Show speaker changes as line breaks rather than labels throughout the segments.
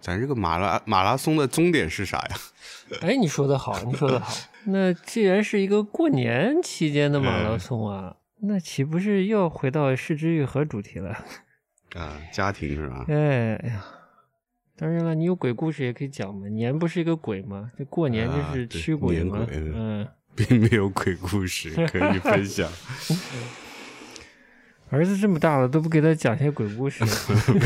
咱这个马拉马拉松的终点是啥呀？
哎，你说的好，你说 的好。那既然是一个过年期间的马
嗯
拉松啊，那岂不是又回到失之愈合主题了？
啊，家庭是吧？
哎哎呀，当然了，你有鬼故事也可以讲嘛。年不是一个鬼吗？这过年就是
啊对
驱鬼
年
嘛。
鬼
嗯，
并没有鬼故事 可以分享，
儿子这么大了都不给他讲些鬼故事，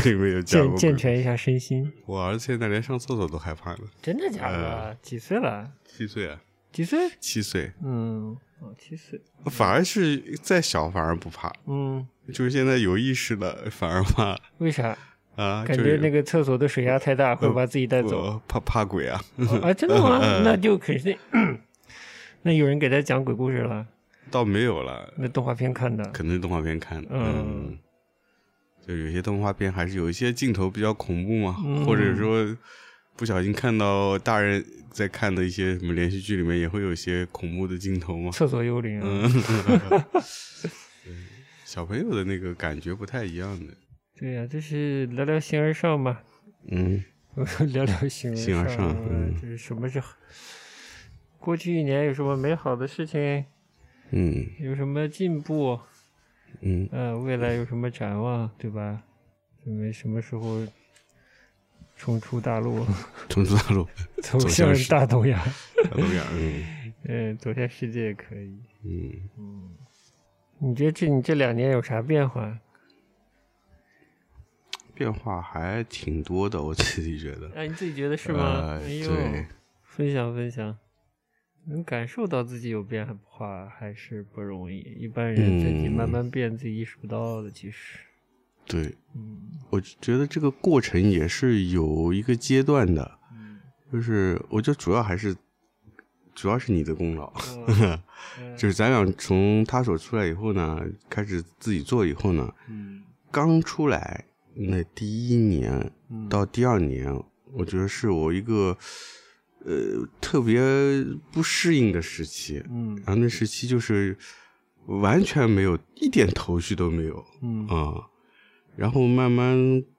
并没有 讲
健
过
健
鬼。
全一下身心。
我儿子现在连上厕所都害怕了，
真的假的？
呃
几岁了？
七岁啊，
几岁？
七岁，
嗯，哦，七岁。
反而是再小反而不怕，
嗯，
就是现在有意识了反而怕
为啥？
啊，
感
就
觉
是呃
那个厕所的水压太大，会把自己带走。
我怕怕鬼啊，
啊，真的吗？
嗯
那 就肯定，那有人给他讲鬼故事了，
倒没有了，
那动画片看的。
可能是动画片看的，
嗯
嗯，就有些动画片还是有一些镜头比较恐怖嘛，
嗯
或者说不小心看到大人在看的一些什么连续剧里面也会有一些恐怖的镜头嘛，
厕所幽灵、啊，
嗯，小朋友的那个感觉不太一样的，
对呀、就是聊聊形而上嘛，
嗯，
我说聊聊形
形而
而啊
上嗯
就是什么是过去一年有什么美好的事情，
嗯
有什么进步，
嗯
呃，未来有什么展望，对吧？准备什么时候冲出大陆，
冲出大陆，
走
走向
向
世
大东亚，
大陆眼， 嗯
嗯，走向世界也可以。
嗯，
你觉得这你这两年有啥变化？
变化还挺多的，我自己觉得，
哎，你自己觉得 是吗？
呃
哎呦，
对，
分享分享，能感受到自己有变化还是不容易。一般人自己
嗯
慢慢变，自己意识不到的，其实。
对，
嗯
我觉得这个过程也是有一个阶段的，
嗯，
就是我觉得主要还是主要是你的功劳，
嗯 嗯
就是咱俩从他所出来以后呢，开始自己做以后呢，
嗯
刚出来那第一年
嗯
到第二年，我觉得是我一个呃特别不适应的时期，
嗯
然后那时期就是完全没有一点头绪都没有，
嗯
啊、然后慢慢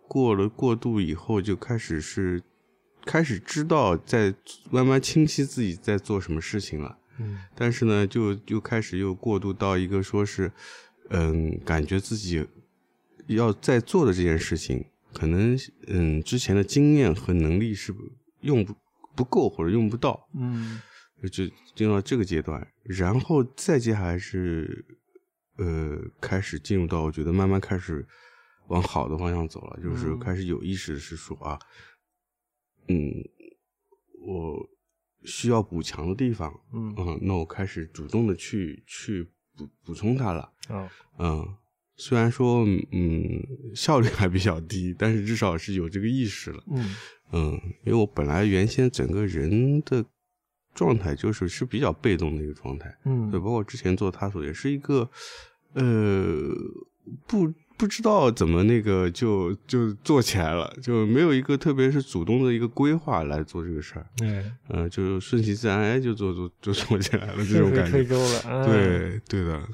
过了过渡以后，就开始是开始知道在慢慢清晰自己在做什么事情了。
嗯
但是呢，就又开始又过渡到一个说是，嗯，感觉自己要在做的这件事情，可能嗯之前的经验和能力是用不不够或者用不到，
嗯
就就进入到这个阶段，然后再接下来是，呃，开始进入到我觉得慢慢开始往好的方向走了，就是
嗯
开始有意识地是说啊，嗯，我需要补强的地方，
嗯，
嗯，那我开始主动的去去补补充它了，
好，
嗯，虽然说嗯效率还比较低，但是至少是有这个意识了。
嗯
嗯，因为我本来原先整个人的状态就是是比较被动的一个状态，
嗯
对，包括之前做他所也是一个，呃，不不知道怎么那个就就做起来了，就没有一个特别是主动的一个规划来做这个事儿，
哎，
嗯、就顺其自然，哎，就做做就做起来了这
顺
种
水
感觉
推，舟了啊！，
对对的，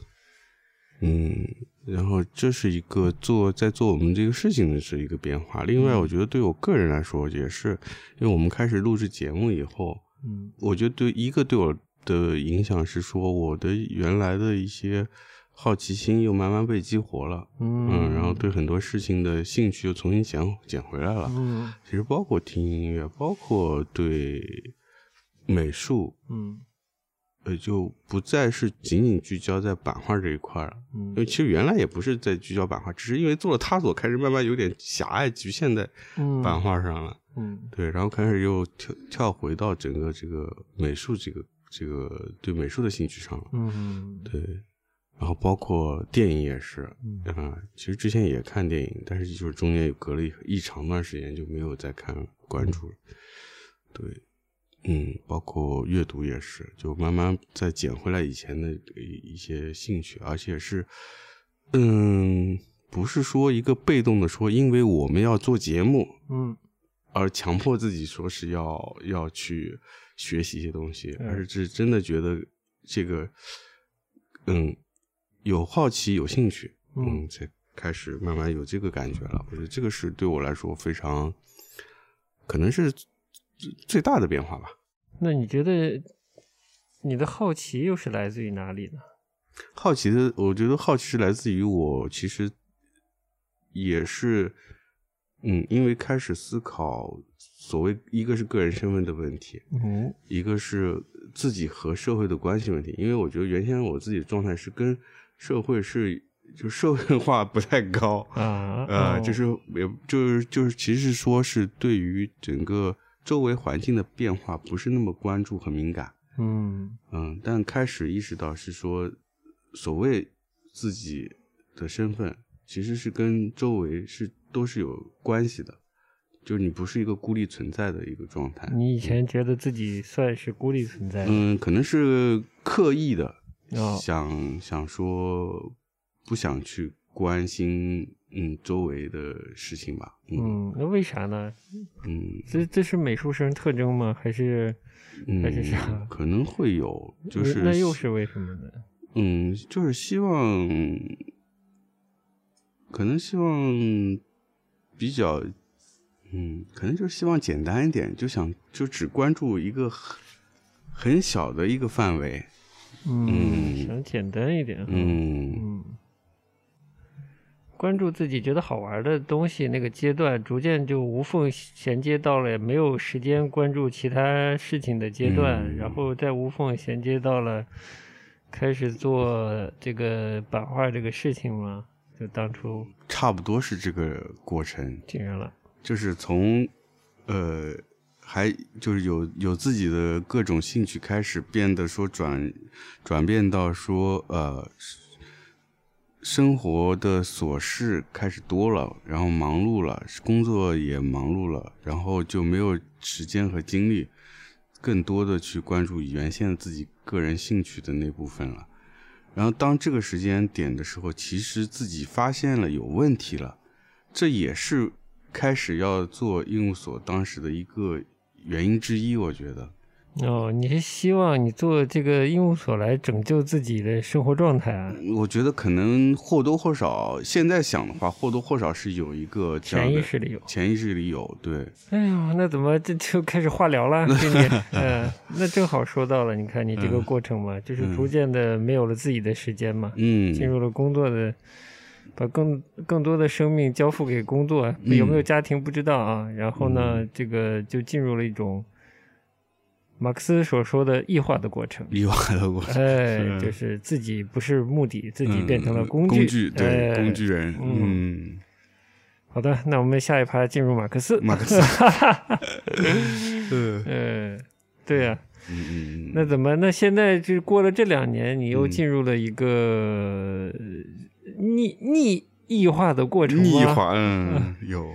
嗯，然后这是一个做在做我们这个事情的是一个变化。另
嗯
外，我觉得对我个人来说也是，因为我们开始录制节目以后，
嗯
我觉得对一个对我的影响是说，我的原来的一些好奇心又慢慢被激活了，嗯，
嗯，
然后对很多事情的兴趣又重新捡捡回来了。
嗯
其实包括听音乐，包括对美术，
嗯
呃，就不再是仅仅聚焦在版画这一块了。因为
嗯
其实原来也不是在聚焦版画，只是因为做了他所开始慢慢有点狭隘局限在
嗯，
版画上了。
嗯
对，然后开始又跳跳回到整个这个美术这个这个对美术的兴趣上了。
嗯
对，然后包括电影也是
嗯
啊、其实之前也看电影，但是就是中间有隔了一一长段时间就没有再看关注了。对，嗯，包括阅读也是，就慢慢再捡回来以前的一一些兴趣，而且是，嗯，不是说一个被动的说，因为我们要做节目，
嗯
而强迫自己说是要要去学习一些东西，
嗯
而是是真的觉得这个，嗯，有好奇有兴趣，
嗯
嗯，才开始慢慢有这个感觉了。我觉得这个是对我来说非常可能是最最大的变化吧。
那你觉得你的好奇又是来自于哪里呢？
好奇的，我觉得好奇是来自于我，其实也是，嗯，因为开始思考所谓一个是个人身份的问题，
嗯
一个是自己和社会的关系问题。因为我觉得原先我自己的状态是跟社会是就社会化不太高，
啊
呃，
哦
就是也就是就是，其实说是对于整个周围环境的变化不是那么关注和敏感，
嗯
嗯，但开始意识到是说，所谓自己的身份其实是跟周围是都是有关系的，就是你不是一个孤立存在的一个状态，
你以前觉得自己算是孤立存在的，
嗯，可能是刻意的，
哦
想想说不想去关心嗯周围的事情吧，嗯
嗯，那为啥呢？
嗯
这这是美术生特征吗？还是还是啥？
嗯，可能会有，就
那
是
那又是为什么呢？
嗯，就是希望，可能希望比较，嗯，可能就是希望简单一点，就想就只关注一个很很小的一个范围，嗯
想简单一点哈。
嗯
嗯，关注自己觉得好玩的东西，那个阶段逐渐就无缝衔接到了没有时间关注其他事情的阶段，
嗯
然后再无缝衔接到了开始做这个版画这个事情嘛，就当初
差不多是这个过程，
这样了。
就是从，呃，还就是有有自己的各种兴趣开始变得说转转变到说呃，生活的琐事开始多了，然后忙碌了，工作也忙碌了，然后就没有时间和精力，更多的去关注原先自己个人兴趣的那部分了。然后当这个时间点的时候，其实自己发现了有问题了。这也是开始要做应务所当时的一个原因之一，我觉得。
哦，你是希望你做这个应用所来拯救自己的生活状态啊？
我觉得可能或多或少，现在想的话，或多或少是有一个这样
潜
的
意识里有。
潜意识里有对，
哎呦，那怎么这就开始化疗了？ 给你，嗯，那正好说到了，你看你这个过程嘛，就是逐渐的没有了自己的时间嘛，
嗯，
进入了工作的，把更更多的生命交付给工作，
嗯
有没有家庭不知道啊。然后呢，这个就进入了一种马克思所说的异化的过程。
理化的过程，
哎，就是自己不是目的，自己变成了
嗯
工
工
具。
对、
哎
工具人，嗯，
好的，那我们下一趴进入马克思。
马克 思，嗯
嗯，对呀、
嗯嗯，
那怎么？那现在就过了这两年，你
嗯
又进入了一个呃逆逆异化的过程吗？
逆化，嗯，有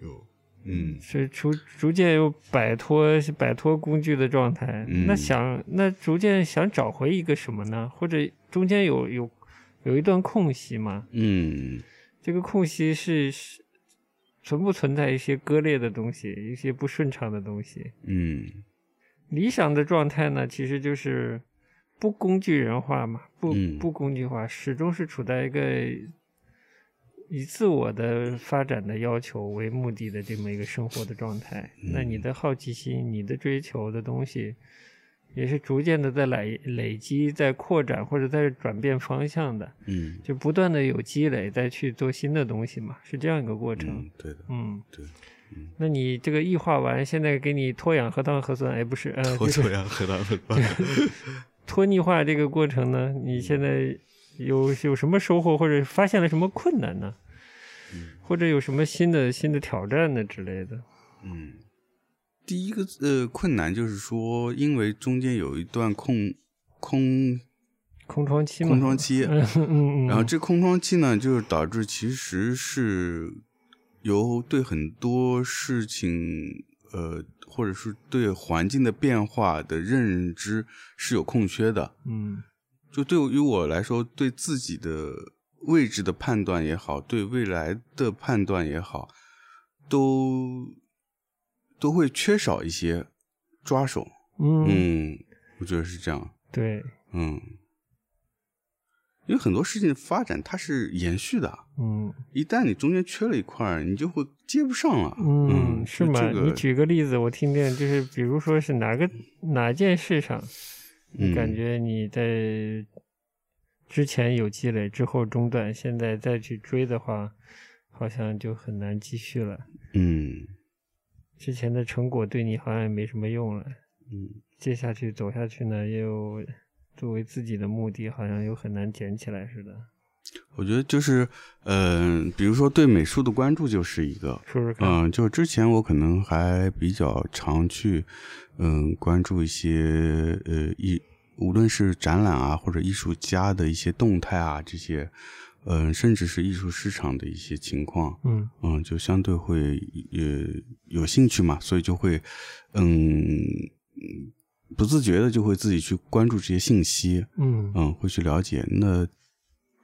有，嗯
是逐逐渐又摆脱摆脱工具的状态。
嗯
那想那逐渐想找回一个什么呢？或者中间有有有一段空隙吗？
嗯
这个空隙是是存不存在一些割裂的东西，一些不顺畅的东西？
嗯
理想的状态呢，其实就是不工具人化嘛，不、
嗯
不工具化，始终是处在一个以自我的发展的要求为目的的这么一个生活的状态。
嗯
那你的好奇心，你的追求的东西，也是逐渐的在累累积、在扩展或者在转变方向的，
嗯
就不断的有积累，再去做新的东西嘛，是这样一个过程。
嗯，对的，
嗯，
对嗯
那你这个异化完，现在给你脱氧核糖核酸，哎，不是，呃，
我
就是
怎样和他 们 关系？
脱逆化这个过程呢，
嗯
你现在有有什么收获，或者发现了什么困难呢？或者有什么新的新的挑战呢之类的？
嗯，第一个呃困难就是说，因为中间有一段空空
空窗期嘛，
空窗期，
嗯 嗯嗯，
然后这空窗期呢，就是导致其实是由对很多事情呃，或者是对环境的变化的认知是有空缺的。
嗯
就对于我来说，对自己的位置的判断也好，对未来的判断也好，都都会缺少一些抓手。
嗯，
嗯，我觉得是这样。
对，
嗯，因为很多事情发展它是延续的，
嗯
一旦你中间缺了一块儿，你就会接不上了。嗯，
是
就
吗？
这
你
个
举个例子，我听听，就是比如说是哪个哪件事上，你感
嗯
觉你在之前有积累，之后中断，现在再去追的话，好像就很难继续了。
嗯
之前的成果对你好像也没什么用了，
嗯
接下去走下去呢，又作为自己的目的，好像又很难捡起来似的。
我觉得就是，嗯、比如说对美术的关注就是一个，
说说看，
嗯，就是之前我可能还比较常去，嗯，关注一些呃艺，无论是展览啊，或者艺术家的一些动态啊，这些，嗯，甚至是艺术市场的一些情况，
嗯
嗯，就相对会呃有兴趣嘛，所以就会，嗯，不自觉的就会自己去关注这些信息，
嗯
嗯，会去了解。那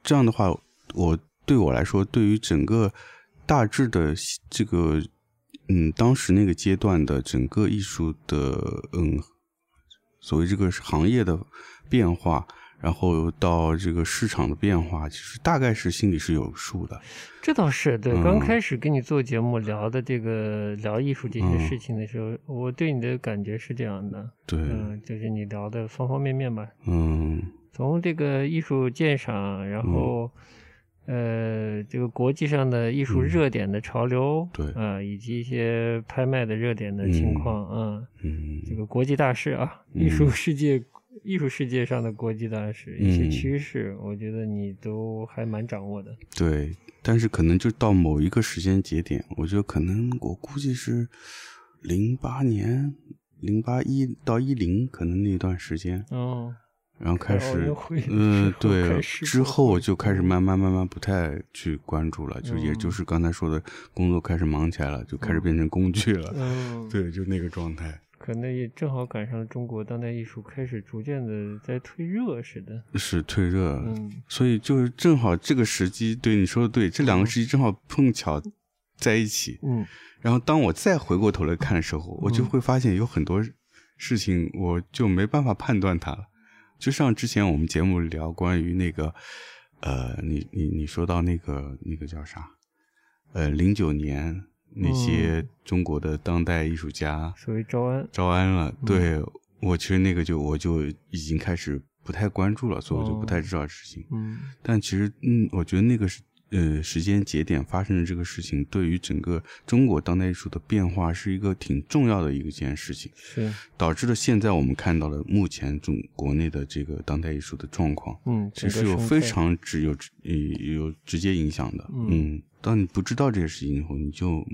这样的话，我对我来说，对于整个大致的西这个，嗯，当时那个阶段的整个艺术的，嗯，所谓这个行业的变化，然后到这个市场的变化，其实大概是心里是有数的。
这倒是对。
嗯
刚开始跟你做节目聊的这个聊艺术这些事情的时候，我对你的感觉是这样的，
对，
嗯，就是你聊的方方面面吧，
嗯
从这个艺术鉴赏，然后、呃，这个国际上的艺术
嗯
热点的潮流，
对
啊、以及一些拍卖的热点的情况，嗯，
嗯
这个国际大事啊，
嗯
艺术世界。艺术世界上的国际大事，一
嗯
些趋势，我觉得你都还蛮掌握的。
对，但是可能就到某一个时间节点，我觉得可能我估计是零八年、零八一到一零，可能那段时间，
哦，
然后开
开奥
始
运会，
嗯、
之后
对
开，始
之
不
后我
会
就开始慢慢慢慢不太去关注了，就也
嗯
就是刚才说的工作开始忙起来了，就开始变成工具了，
嗯，
对，就那个状态。
可能也正好赶上了中国当代艺术开始逐渐的在退热似的。
是退热，
嗯，
所以就是正好这个时机，对你说的对，这两个时机正好碰巧在一起，
嗯
然后当我再回过头来看的时候，我就
嗯
会发现有很多事情我就没办法判断它了。就像之前我们节目聊关于那个，呃，你你你说到那个那个叫啥？呃，零九年那
嗯
些中国的当代艺术家
所谓招安，
招安了，
嗯
对我其实那个就我就已经开始不太关注了，所以我就不
哦
太知道这事情。
嗯
但其实，嗯，我觉得那个是呃时间节点发生的这个事情，对于整个中国当代艺术的变化是一个挺重要的一个件事情，
是，
导致了现在我们看到的目前中国内的这个当代艺术的状况，
嗯，
其
整个
实有
生
非
态
常直有直呃有直接影响的。
嗯
嗯，当你不知道这个事情以后，你就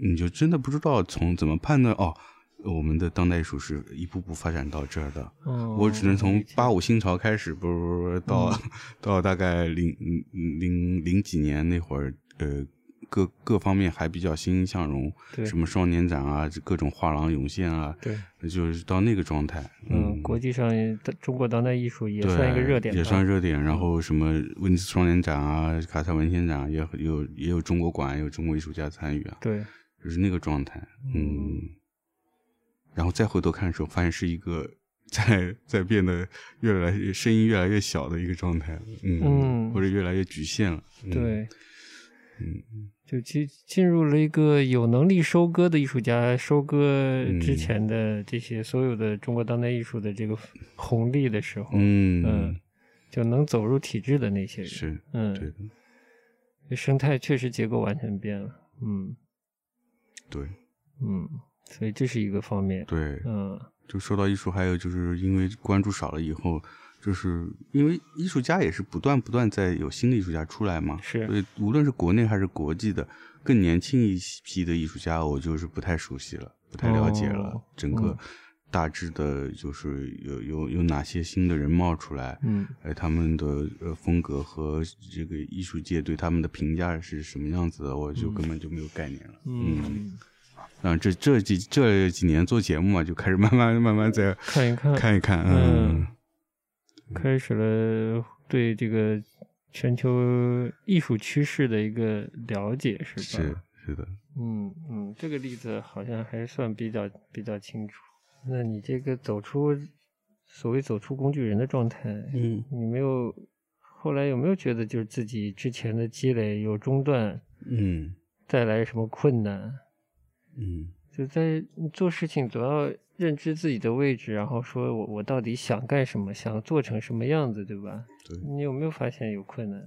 你就真的不知道从怎么判断哦。我们的当代艺术是一步步发展到这儿的，
哦
我只能从
理解
八五新潮开始，不不不，到、
嗯
到大概零零零零几年那会儿，呃，各各方面还比较欣欣向荣，
对
什么双年展啊，这各种画廊涌现啊，
对，
就是到那个状态。
嗯，国际上也中国当代艺术也
对
算一个热点吧，嗯
也算热点。然后什么威尼斯双年展啊，卡萨文献展啊也很有也有中国馆，也有中国艺术家参与啊，
对，
就是那个状态。嗯，然后再回头看的时候，发现是一个在在变得越来越声音越来越小的一个状态了，嗯，
嗯
或者越来越局限了，嗯、，
对，嗯，就进进入了一个有能力收割的艺术家，收割
嗯
之前的这些所有的中国当代艺术的这个红利的时候，
嗯
嗯就能走入体制的那些人，
是对
嗯，
的，
这生态确实结构完全变了，嗯
对
嗯，所以这是一个方面，
对，
嗯
就说到艺术，还有就是因为关注少了以后。就是因为艺术家也是不断不断在有新的艺术家出来嘛，
是
所以无论是国内还是国际的更年轻一批的艺术家，我就是不太熟悉了，不太了解了。
哦
整个
嗯
大致的就是有有有哪些新的人冒出来，
嗯
哎，他们的呃风格和这个艺术界对他们的评价是什么样子的，我就根本就没有概念了。
嗯，
然后这这几这几年做节目嘛，就开始慢慢慢慢在
看一看，
看一看，
嗯开始了对这个全球艺术趋势的一个了解，是吧？
是是的，
嗯嗯，这个例子好像还算比较比较清楚。那你这个走出所谓走出工具人的状态，
嗯
你没有后来有没有觉得就是自己之前的积累有中断，
嗯
带来什么困难？
嗯
就在你做事情总要认知自己的位置，然后说我我到底想干什么，想做成什么样子，对吧？
对
你有没有发现有困难？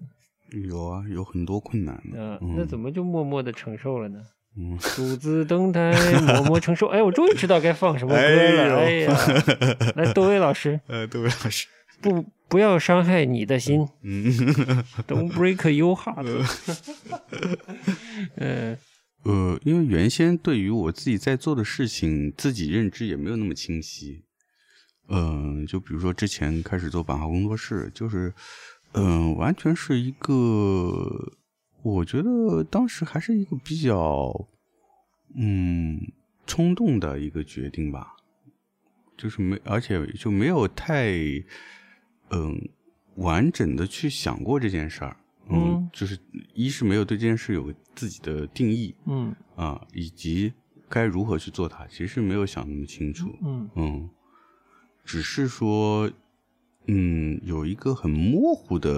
有啊，有很多困难的。
啊，
嗯、
那怎么就默默的承受了呢？
嗯，
独自登台，默默承受。 哎，我终于知道该放什么歌了。哎
呦
呀， 来，窦唯老师，
呃，对，老师，
不不要伤害你 的心
嗯，
，Don't break your heart。嗯
呃，因为原先对于我自己在做的事情，自己认知也没有那么清晰。嗯、就比如说之前开始做版画工作室，就是，嗯、完全是一个，我觉得当时还是一个比较，嗯，冲动的一个决定吧。就是没，而且就没有太，嗯、完整的去想过这件事儿。嗯
嗯，
就是一是没有对这件事有个自己的定义
嗯
啊，以及该如何去做它，其实是没有想那么清楚。
嗯
嗯，只是说，嗯，有一个很模糊的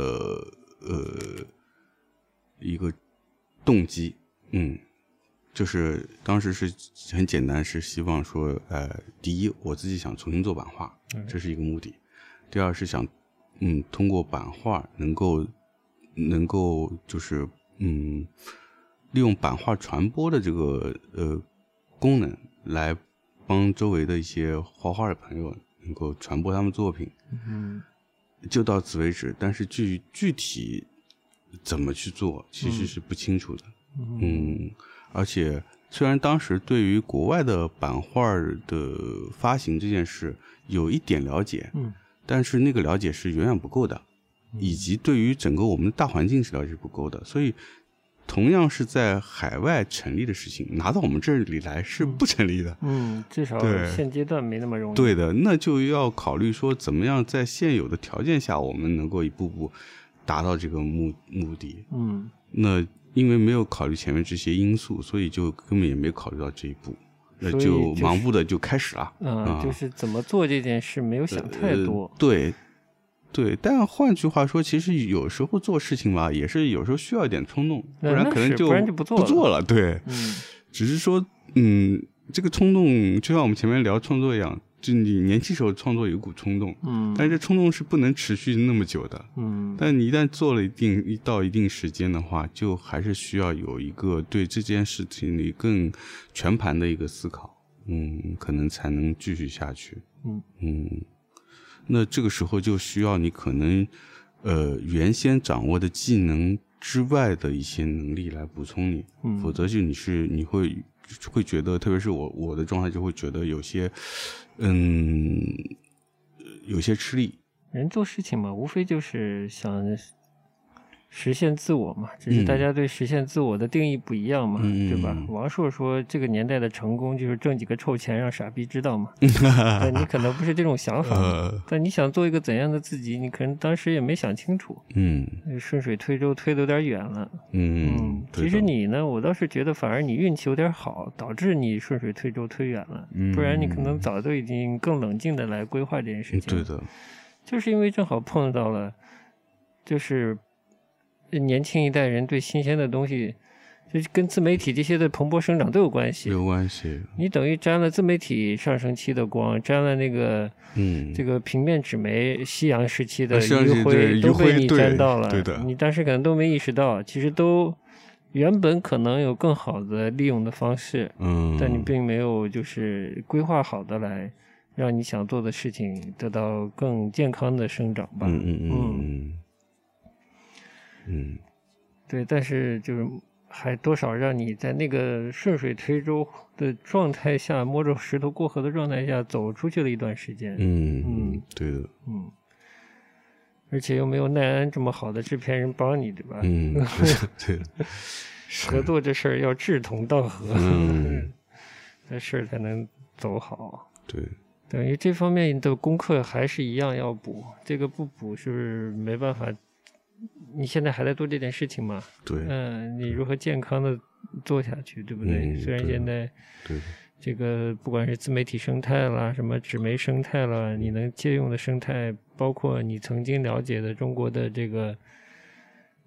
呃一个动机，嗯，就是当时是很简单，是希望说，呃，第一，我自己想重新做版画，这是一个目的；第二是想，嗯，通过版画能够能够就是嗯，利用版画传播的这个呃功能来帮周围的一些画画的朋友能够传播他们作品，
嗯
就到此为止。但是具具体怎么去做，其实
嗯
是不清楚的。
嗯
嗯，而且虽然当时对于国外的版画的发行这件事有一点了解，
嗯
但是那个了解是远远不够的，以
嗯
及对于整个我们的大环境是了解不够的，所以。同样是在海外成立的事情，拿到我们这里来是不成立的。
嗯，至少
对
现阶段没那么容易。
对的，那就要考虑说怎么样在现有的条件下，我们能够一步步达到这个目目的。
嗯
那因为没有考虑前面这些因素，所以就根本也没考虑到这一步，那
所以
就
就是
盲目的就开始了。
嗯，就是怎么做这件事没有想太多
呃。对，对。但换句话说，其实有时候做事情吧，也是有时候需要一点冲动，不
那
然
那
可能
是
就
不然就不做了
了。对，呃
嗯
只是说，嗯，这个冲动就像我们前面聊创作一样，就你年轻时候创作有一股冲动，
嗯
但是这冲动是不能持续那么久的。
嗯
但你一旦做了一定一到一定时间的话，就还是需要有一个对这件事情你更全盘的一个思考，嗯，可能才能继续下去。
嗯
嗯，那这个时候就需要你可能呃原先掌握的技能之外的一些能力来补充你，
嗯
否则就你是你会会觉得，特别是我我的状态就会觉得有些嗯有些吃力，
人做事情嘛，无非就是想实现自我嘛，只是
嗯
大家对实现自我的定义不一样嘛，
嗯
对吧
嗯？
王朔说，这个年代的成功就是挣几个臭钱让傻逼知道 嘛，但你可能不是这种想法嘛。
呃，
但你想做一个怎样的自己，你可能当时也没想清楚，
嗯
呃顺水推舟推的有点远了。
嗯，对
其实
的
你呢，我倒是觉得反而你运气有点好，导致你顺水推舟推远了，
嗯
不然你可能早都已经更冷静的来规划这件事情了。
嗯对的，
就是因为正好碰到了，就是年轻一代人对新鲜的东西，就是跟自媒体这些的蓬勃生长都有关系
没。有关系，
你等于沾了自媒体上升期的光，沾了那个
嗯，
这个平面纸媒夕阳时期的
呃夕阳时期
余晖
对
都
余晖
被你
对
沾到了，
对的
你当时可能都没意识到，其实都原本可能有更好的利用的方式，
嗯，
但你并没有就是规划好的来让你想做的事情得到更健康的生长吧。
嗯嗯嗯嗯嗯
对，但是就是还多少让你在那个顺水推舟的状态下，摸着石头过河的状态下走出去了一段时间。
嗯嗯
嗯，
对的，
嗯而且又没有奈安这么好的制片人帮你，对吧？
嗯 对的，
合作这事儿要志同道合，
嗯
那事儿才能走好。
对，
等于这方面的功课还是一样要补，这个不补是没办法。你现在还在做这件事情吗？
对
嗯，你如何健康的做下去，对不对？
嗯
虽然
对
现在
对的，
这个不管是自媒体生态啦，什么纸媒生态啦，你能借用的生态包括你曾经了解的中国的这个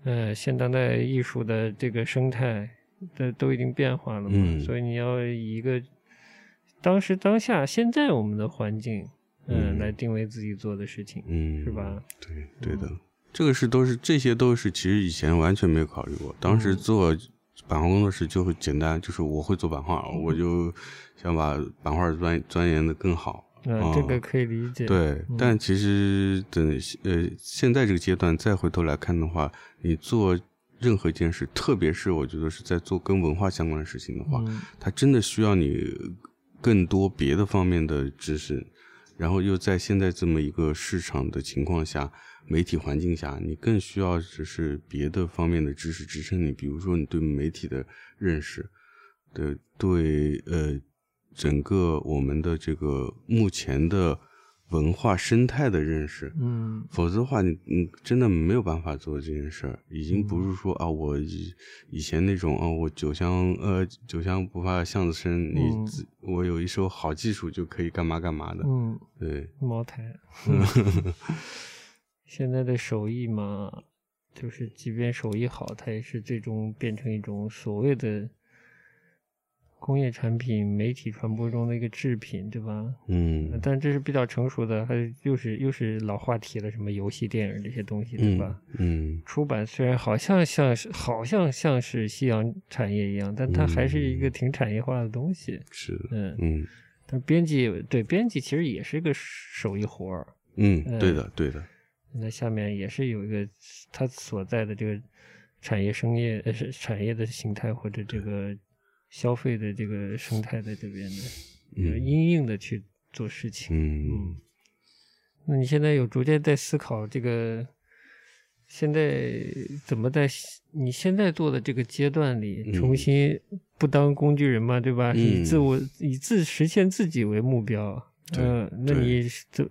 呃现当代艺术的这个生态，这都已经变化了嘛，
嗯
所以你要以一个当时当下现在我们的环境，
嗯
嗯来定位自己做的事情。
嗯，
是吧？嗯
对，对的，这个是都是这些都是其实以前完全没有考虑过。当
嗯
时做版画工作室就会简单，就是我会做版画，
嗯
我就想把版画钻钻研的更好。
嗯、
哦
这个可以理解。
对，但其实等呃现在这个阶段再回头来看的话，你做任何一件事，特别是我觉得是在做跟文化相关的事情的话，
嗯，
它真的需要你更多别的方面的知识，然后又在现在这么一个市场的情况下、媒体环境下，你更需要只是别的方面的知识支撑你，比如说你对媒体的认识，对对呃整个我们的这个目前的文化生态的认识，
嗯
否则的话，你你真的没有办法做这件事儿，已经不
嗯
是说啊，我以以前那种啊，我酒香呃酒香不怕巷子深，你
嗯
自、我有一手好技术就可以干嘛干嘛的，
嗯，
对，
茅台。嗯现在的手艺嘛，就是即便手艺好，它也是最终变成一种所谓的工业产品、媒体传播中的一个制品，对吧？呃
嗯
但这是比较成熟的，还有又是又是老话题了，什么游戏、电影这些东西，对吧？
嗯嗯
出版虽然好像像是好像像是夕阳产业一样，但它还是一个挺产业化的东西。
是的，
嗯，
嗯
但编辑对编辑其实也是个手艺活儿，
嗯，对的对的，
那下面也是有一个它所在的这个产业生业呃是产业的形态或者这个消费的这个生态在这边的，就是
嗯
因应的去做事情。
嗯
那你现在有逐渐在思考这个，现在怎么在你现在做的这个阶段里
嗯
重新不当工具人嘛，对吧？
嗯
以自我以自实现自己为目标。
对
嗯、那
对
你是怎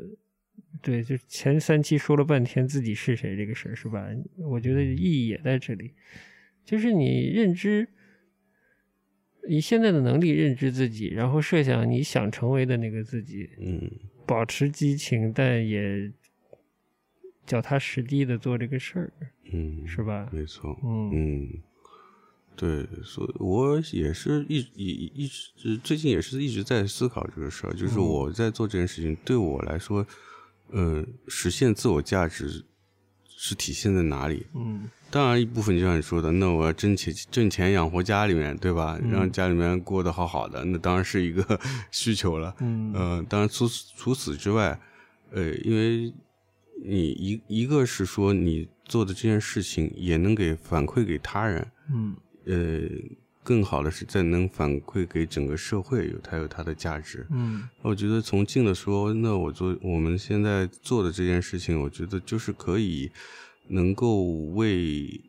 对，就前三期说了半天自己是谁这个事儿是吧？我觉得意义也在这里，就是你认知以现在的能力认知自己，然后设想你想成为的那个自己，
嗯
保持激情，但也脚踏实地的做这个事儿，
嗯，
是吧？
没错，
嗯
嗯，对，所以我也是一一一直最近也是一直在思考这个事儿，就是
嗯
我在做这件事情，对我来说，呃，实现自我价值是体现在哪里？
嗯
当然，一部分就像你说的，那我要挣钱挣钱养活家里面，对吧？
嗯
让家里面过得好好的，那当然是一个 需求了。
嗯
呃，当然除此除此之外，呃，因为你一一个是说你做的这件事情也能给反馈给他人，
嗯
呃，更好的是在能反馈给整个社会，有它有它的价值。
嗯
我觉得从近的说，那我做我们现在做的这件事情，我觉得就是可以能够为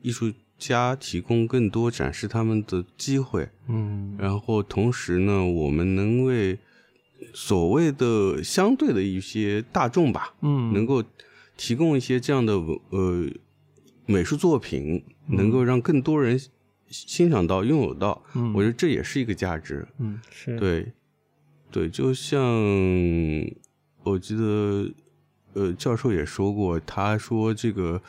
艺术家提供更多展示他们的机会。
嗯
然后同时呢，我们能为所谓的相对的一些大众吧，
嗯，
能够提供一些这样的文呃美术作品，
嗯
能够让更多人欣欣赏到、拥有到。
嗯，
我觉得这也是一个价值。
嗯是
对，对，就像我记得，呃，教授也说过，他说这个，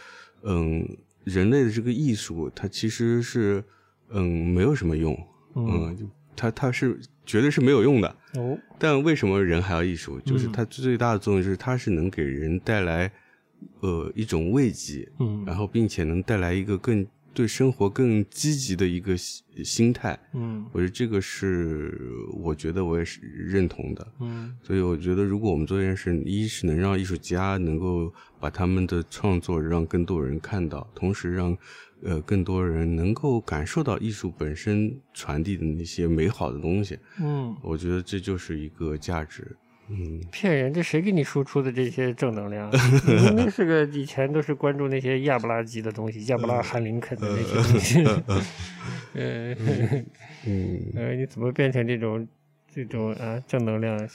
嗯，人类的这个艺术，它其实是，嗯，没有什么用，
嗯
嗯，就它它是绝对是没有用的。
哦
但为什么人还要艺术？就是
嗯
它最大的作用就是它是能给人带来，呃，一种慰藉，
嗯
然后并且能带来一个更对生活更积极的一个心心态。
嗯
我觉得这个是我觉得我也是认同的。
嗯
所以我觉得，如果我们做这件事，一是能让艺术家能够把他们的创作让更多人看到，同时让呃更多人能够感受到艺术本身传递的那些美好的东西。
嗯，
我觉得这就是一个价值。嗯
骗人！这谁给你输出的这些正能量？你明明是个以前都是关注那些亚不拉几的东西，亚不拉罕林肯的那些东西，嗯。
嗯
呃，你怎么变成这种这种啊正能量？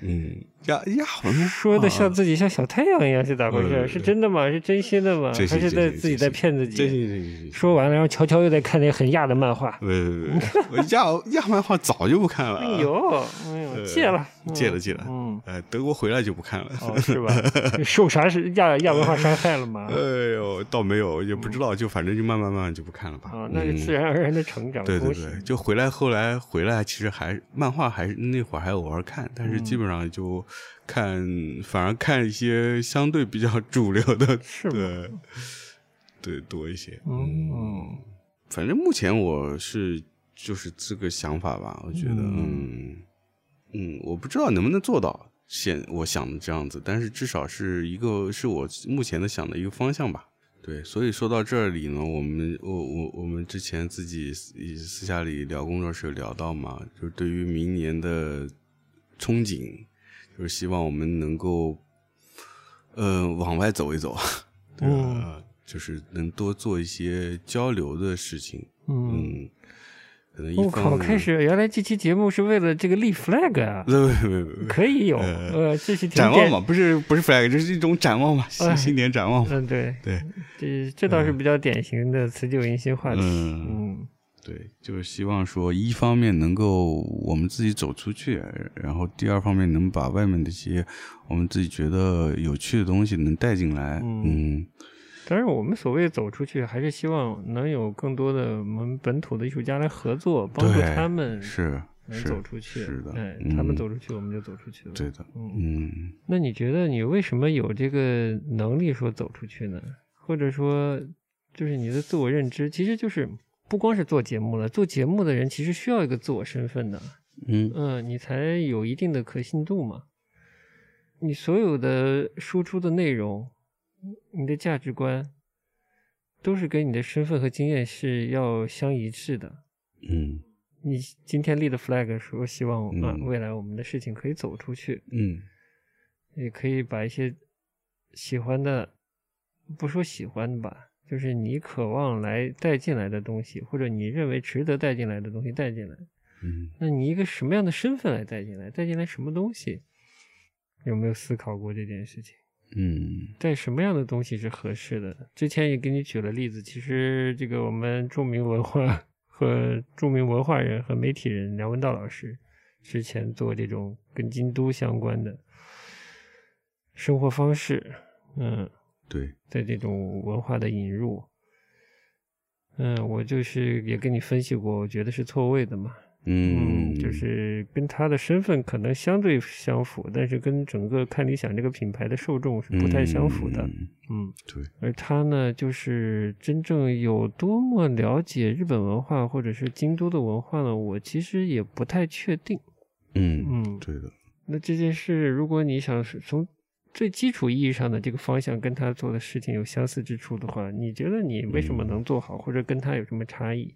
嗯，呀呀，好像
说的像
啊
自己像小太阳一样是咋回
对对
事？
对
是真的吗？是真心的吗？
真
还
心
是在
真心
自己
真心
在
啊
骗自
真
己？
行真行真行，
说完了，然后乔乔又在看那很亚的漫画。
别别别，我亚亚漫画早就不看了
哎
啊，
呦，哎呦，
呃
戒了，
戒
嗯
了戒了
嗯，
呃，德国回来就不看了。
哦，是吧？受啥是亚亚文化伤害了吗？
哎呦，倒没有，也不知道，就反正就慢慢慢慢就不看了吧。
啊，那是
嗯
自然而然的成长，
对对
恭喜
对，就回来后来回来，其实还漫画还那会儿还偶尔看，但是
嗯
基本上就看，反而看一些相对比较 主流的，
是吗
对，对多一些。
嗯，
反正目前我是就是这个想法吧，我觉得，嗯嗯，我不知道能不能做到现我想的这样子，但是至少是一个是我目前的想的一个方向吧。对，所以说到这里呢，我们我我我们之前自己私私下里聊工作室有聊到嘛，就是对于明年的憧憬，就是希望我们能够，呃，往外走一走，对吧？
嗯
呃就是能多做一些交流的事情。
嗯。
嗯，可能一
我
方
靠！
面
开始原来这期节目是为了这个立 flag 啊，
不不不不不，
可以有，
呃
呃，这是挺
展望
典
嘛，，不是不是 flag，这是一种展望嘛，
哎
新新年展望嘛。
嗯，对，
对
这这倒是比较典型的辞旧迎新话题，
嗯
嗯
对，就是希望说，一方面能够我们自己走出去，然后第二方面能把外面的一些我们自己觉得有趣的东西能带进来。
嗯
嗯
当然，我们所谓走出去，还是希望能有更多的我们本土的艺术家来合作，帮助
对
他们
是
能
是
走出去。
是的
哎，
嗯
他们走出去，我们就走出去了。
对的，
嗯，
嗯。
那你觉得你为什么有这个能力说走出去呢？或者说，就是你的自我认知，其实就是不光是做节目了，做节目的人其实需要一个自我身份的。
嗯
嗯，你才有一定的可信度嘛。你所有的输出的内容，你的价值观，都是跟你的身份和经验是要相一致的。
嗯
你今天立的 flag 说希望啊，
嗯
未来我们的事情可以走出去，
嗯
也可以把一些喜欢的，不说喜欢吧，就是你渴望来带进来的东西，或者你认为值得带进来的东西带进来。
嗯
那你一个什么样的身份来带进来？带进来什么东西？有没有思考过这件事情？
嗯
带什么样的东西是合适的？之前也给你举了例子，其实这个我们著名文化和著名文化人和媒体人梁文道老师之前做这种跟京都相关的生活方式，嗯，
对，
在这种文化的引入。嗯，我就是也跟你分析过，我觉得是错位的嘛。嗯，就是跟他的身份可能相对相符，但是跟整个看理想这个品牌的受众是不太相符的。
嗯
嗯，
对，
而他呢，就是真正有多么了解日本文化或者是京都的文化呢，我其实也不太确定。
嗯，
嗯，
对的，
那这件事，如果你想是从最基础意义上的这个方向跟他做的事情有相似之处的话，你觉得你为什么能做好，或者跟他有什么差异？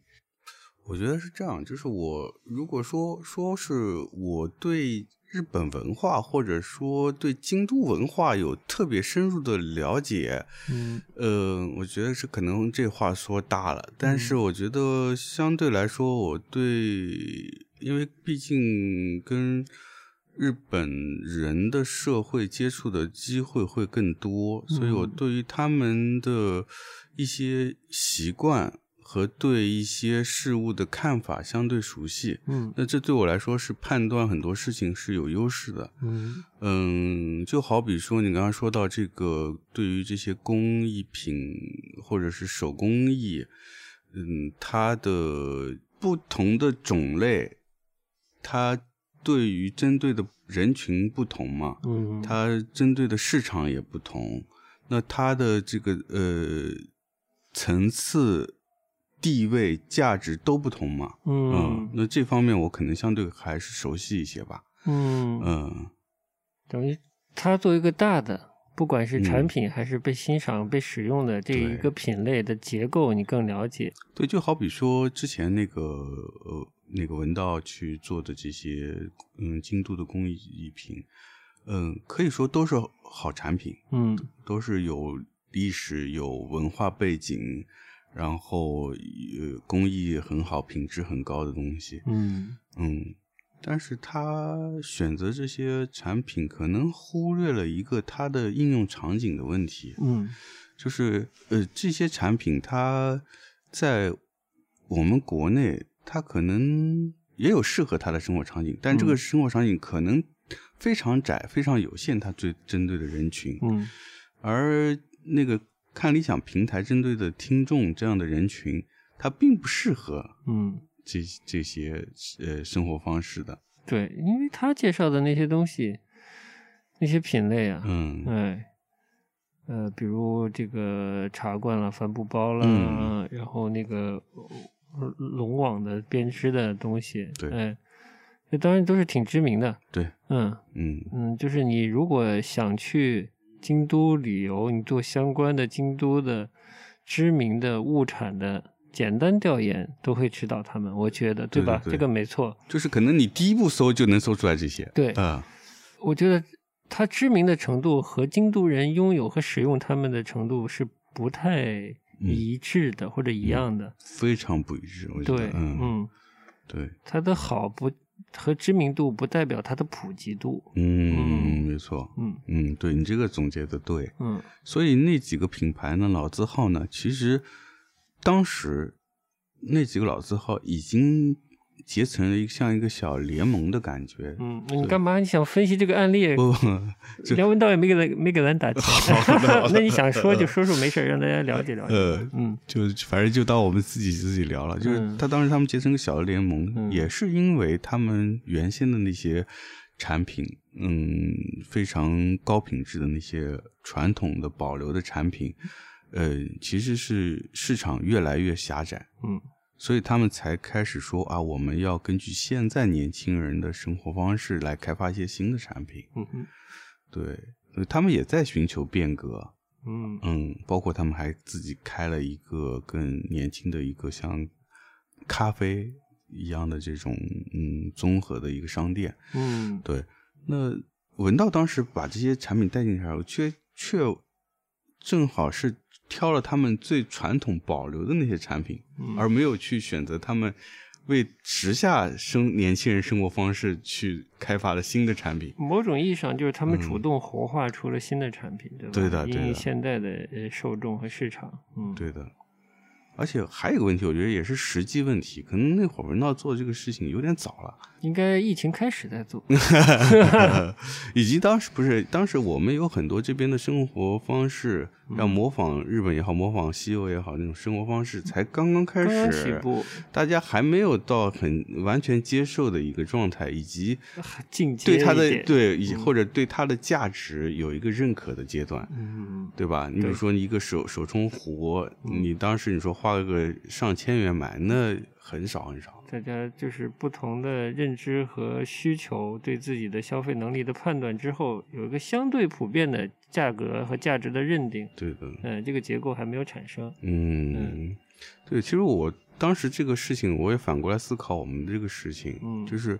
我觉得是这样，就是我如果说说是我对日本文化或者说对京都文化有特别深入的了解，
嗯
呃，我觉得是可能这话说大了，但是我觉得相对来说，我对，因为毕竟跟日本人的社会接触的机会会更多，所以我
嗯
对于他们的一些习惯和对一些事物的看法相对熟悉。
嗯
那这对我来说是判断很多事情是有优势的。
嗯
嗯，就好比说你刚刚说到这个，对于这些工艺品或者是手工艺，嗯，它的不同的种类，它对于针对的人群不同嘛，
嗯，
它针对的市场也不同，那它的这个呃层次、地位、价值都不同嘛。
嗯
那这方面我可能相对还是熟悉一些吧。
嗯
嗯。
等于它作为一个大的，不管是产
嗯
品还是被欣赏、被使用的这一
对
个品类的结构，你更了解。
对，就好比说之前那个呃那个文道去做的这些嗯京都的工艺品，嗯，可以说都是好产品，
嗯
都是有历史、有文化背景，然后呃工艺很好、品质很高的东西。
嗯，
嗯，但是他选择这些产品，可能忽略了一个它的应用场景的问题，
嗯
就是呃，这些产品它在我们国内，它可能也有适合它的生活场景，但这个
嗯
生活场景可能非常窄、非常有限，它最针对的人群。
嗯
而那个看理想平台针对的听众这样的人群，它并不适合
嗯，
这这些呃生活方式的。
对，因为他介绍的那些东西，那些品类啊，
嗯
哎，呃，比如这个茶罐啦、帆布包啦，
嗯
然后那个呃龙网的编织的东西，
对
哎，这当然都是挺知名的。
对，
嗯
嗯
嗯，就是你如果想去京都旅游，你做相关的京都的知名的物产的简单调研，都会指导他们，我觉得对
对对
吧？
对
这个没错。
就是可能你第一步搜就能搜出来这些。
对
啊、
我觉得它知名的程度和京都人拥有和使用它们的程度是不太
嗯
一致的，或者一样的。
非常不一致，我觉得
对，。
嗯，
嗯，
对，
它的好不和知名度不代表它的普及度。
嗯，没错。
嗯
嗯，对你这个总结的对，
嗯
所以那几个品牌呢，老字号呢，其实当时那几个老字号已经结成了一个像一个小联盟的感觉。
嗯，你干嘛？你想分析这个案例？
不 不，这
梁文道也没给咱没给咱打 钱，那你想说就说说，没事儿让大家了解 了解。
呃，
嗯
就反正就当我们自己自己聊了。就是
嗯
他当时他们结成个小联盟，
嗯
也是因为他们原先的那些产品，嗯，非常高品质的那些传统的保留的产品，呃，其实是市场越来越狭窄。
嗯
所以他们才开始说啊，我们要根据现在年轻人的生活方式来开发一些新的产品。
嗯哼
对，所以他们也在寻求变革。
嗯
嗯，包括他们还自己开了一个更年轻的一个像咖啡一样的这种嗯综合的一个商店。
嗯
对，那文道当时把这些产品带进来，我却却正好是挑了他们最传统保留的那些产品，
嗯
而没有去选择他们为时下生年轻人生活方式去开发的新的产品。
某种意义上，就是他们主动活化出了新的产品，对吧？
对的对的
因应现在的呃受众和市场，嗯，，
对的。而且还有一个问题，我觉得也是实际问题，可能那会儿文道做这个事情有点早 了，
应该疫情开始 再做，
以及当时不是，当时我们有很多这边的生活方式，
嗯
要模仿日本也好，模仿西欧也好，那种生活方式才刚刚开
刚
始，
刚起步，
大家还没有到很完全接受的一个状态，以及
进阶
对它
一
的
点，
对以或者对它的价值有一个认可的阶段。
嗯，
对吧？你比如说你一个手手冲壶，你当时你说花个上千元买，那很少很少。
大家就是不同的认知和需求，对自己的消费能力的判断之后，有一个相对普遍的价格和价值的认定，
对的，
嗯，这个结构还没有产生，
嗯，对，其实我当时这个事情，我也反过来思考我们这个事情，
嗯
就是因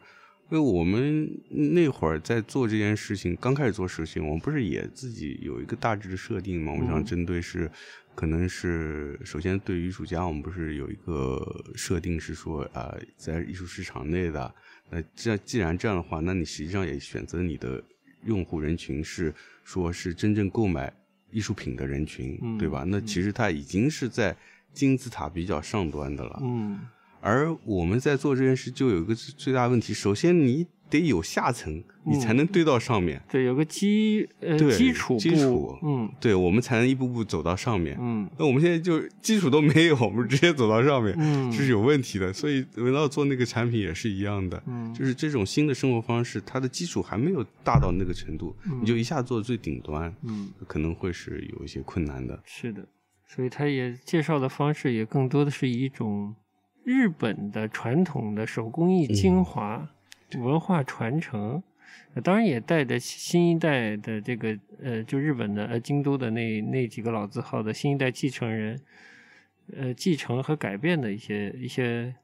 为我们那会儿在做这件事情，刚开始做事情，我们不是也自己有一个大致的设定吗？我想
嗯
针对是，可能是首先对于艺术家，我们不是有一个设定是说啊、呃在艺术市场内的，那这既然这样的话，那你实际上也选择你的用户人群是说是真正购买艺术品的人群，
嗯
对吧？那其实它已经是在金字塔比较上端的了。
嗯
而我们在做这件事，就有一个最最大的问题，首先你得有下层，你
嗯
才能堆到上面，
对，有个基呃
对
基础部，
基础
嗯
对我们才能一步步走到上面。
嗯
那我们现在就基础都没有，我们直接走到上面，
嗯，
这是有问题的。所以文道做那个产品也是一样的，
嗯
就是这种新的生活方式，它的基础还没有大到那个程度，
嗯
你就一下做最顶端，
嗯。
可能会是有一些困难的。
是的，所以他也介绍的方式也更多的是以一种日本的传统的手工艺精华、文化传承，呃当然也带着新一代的这个呃，就日本的呃京都的那那几个老字号的新一代继承人，呃，继承和改变的一些一些。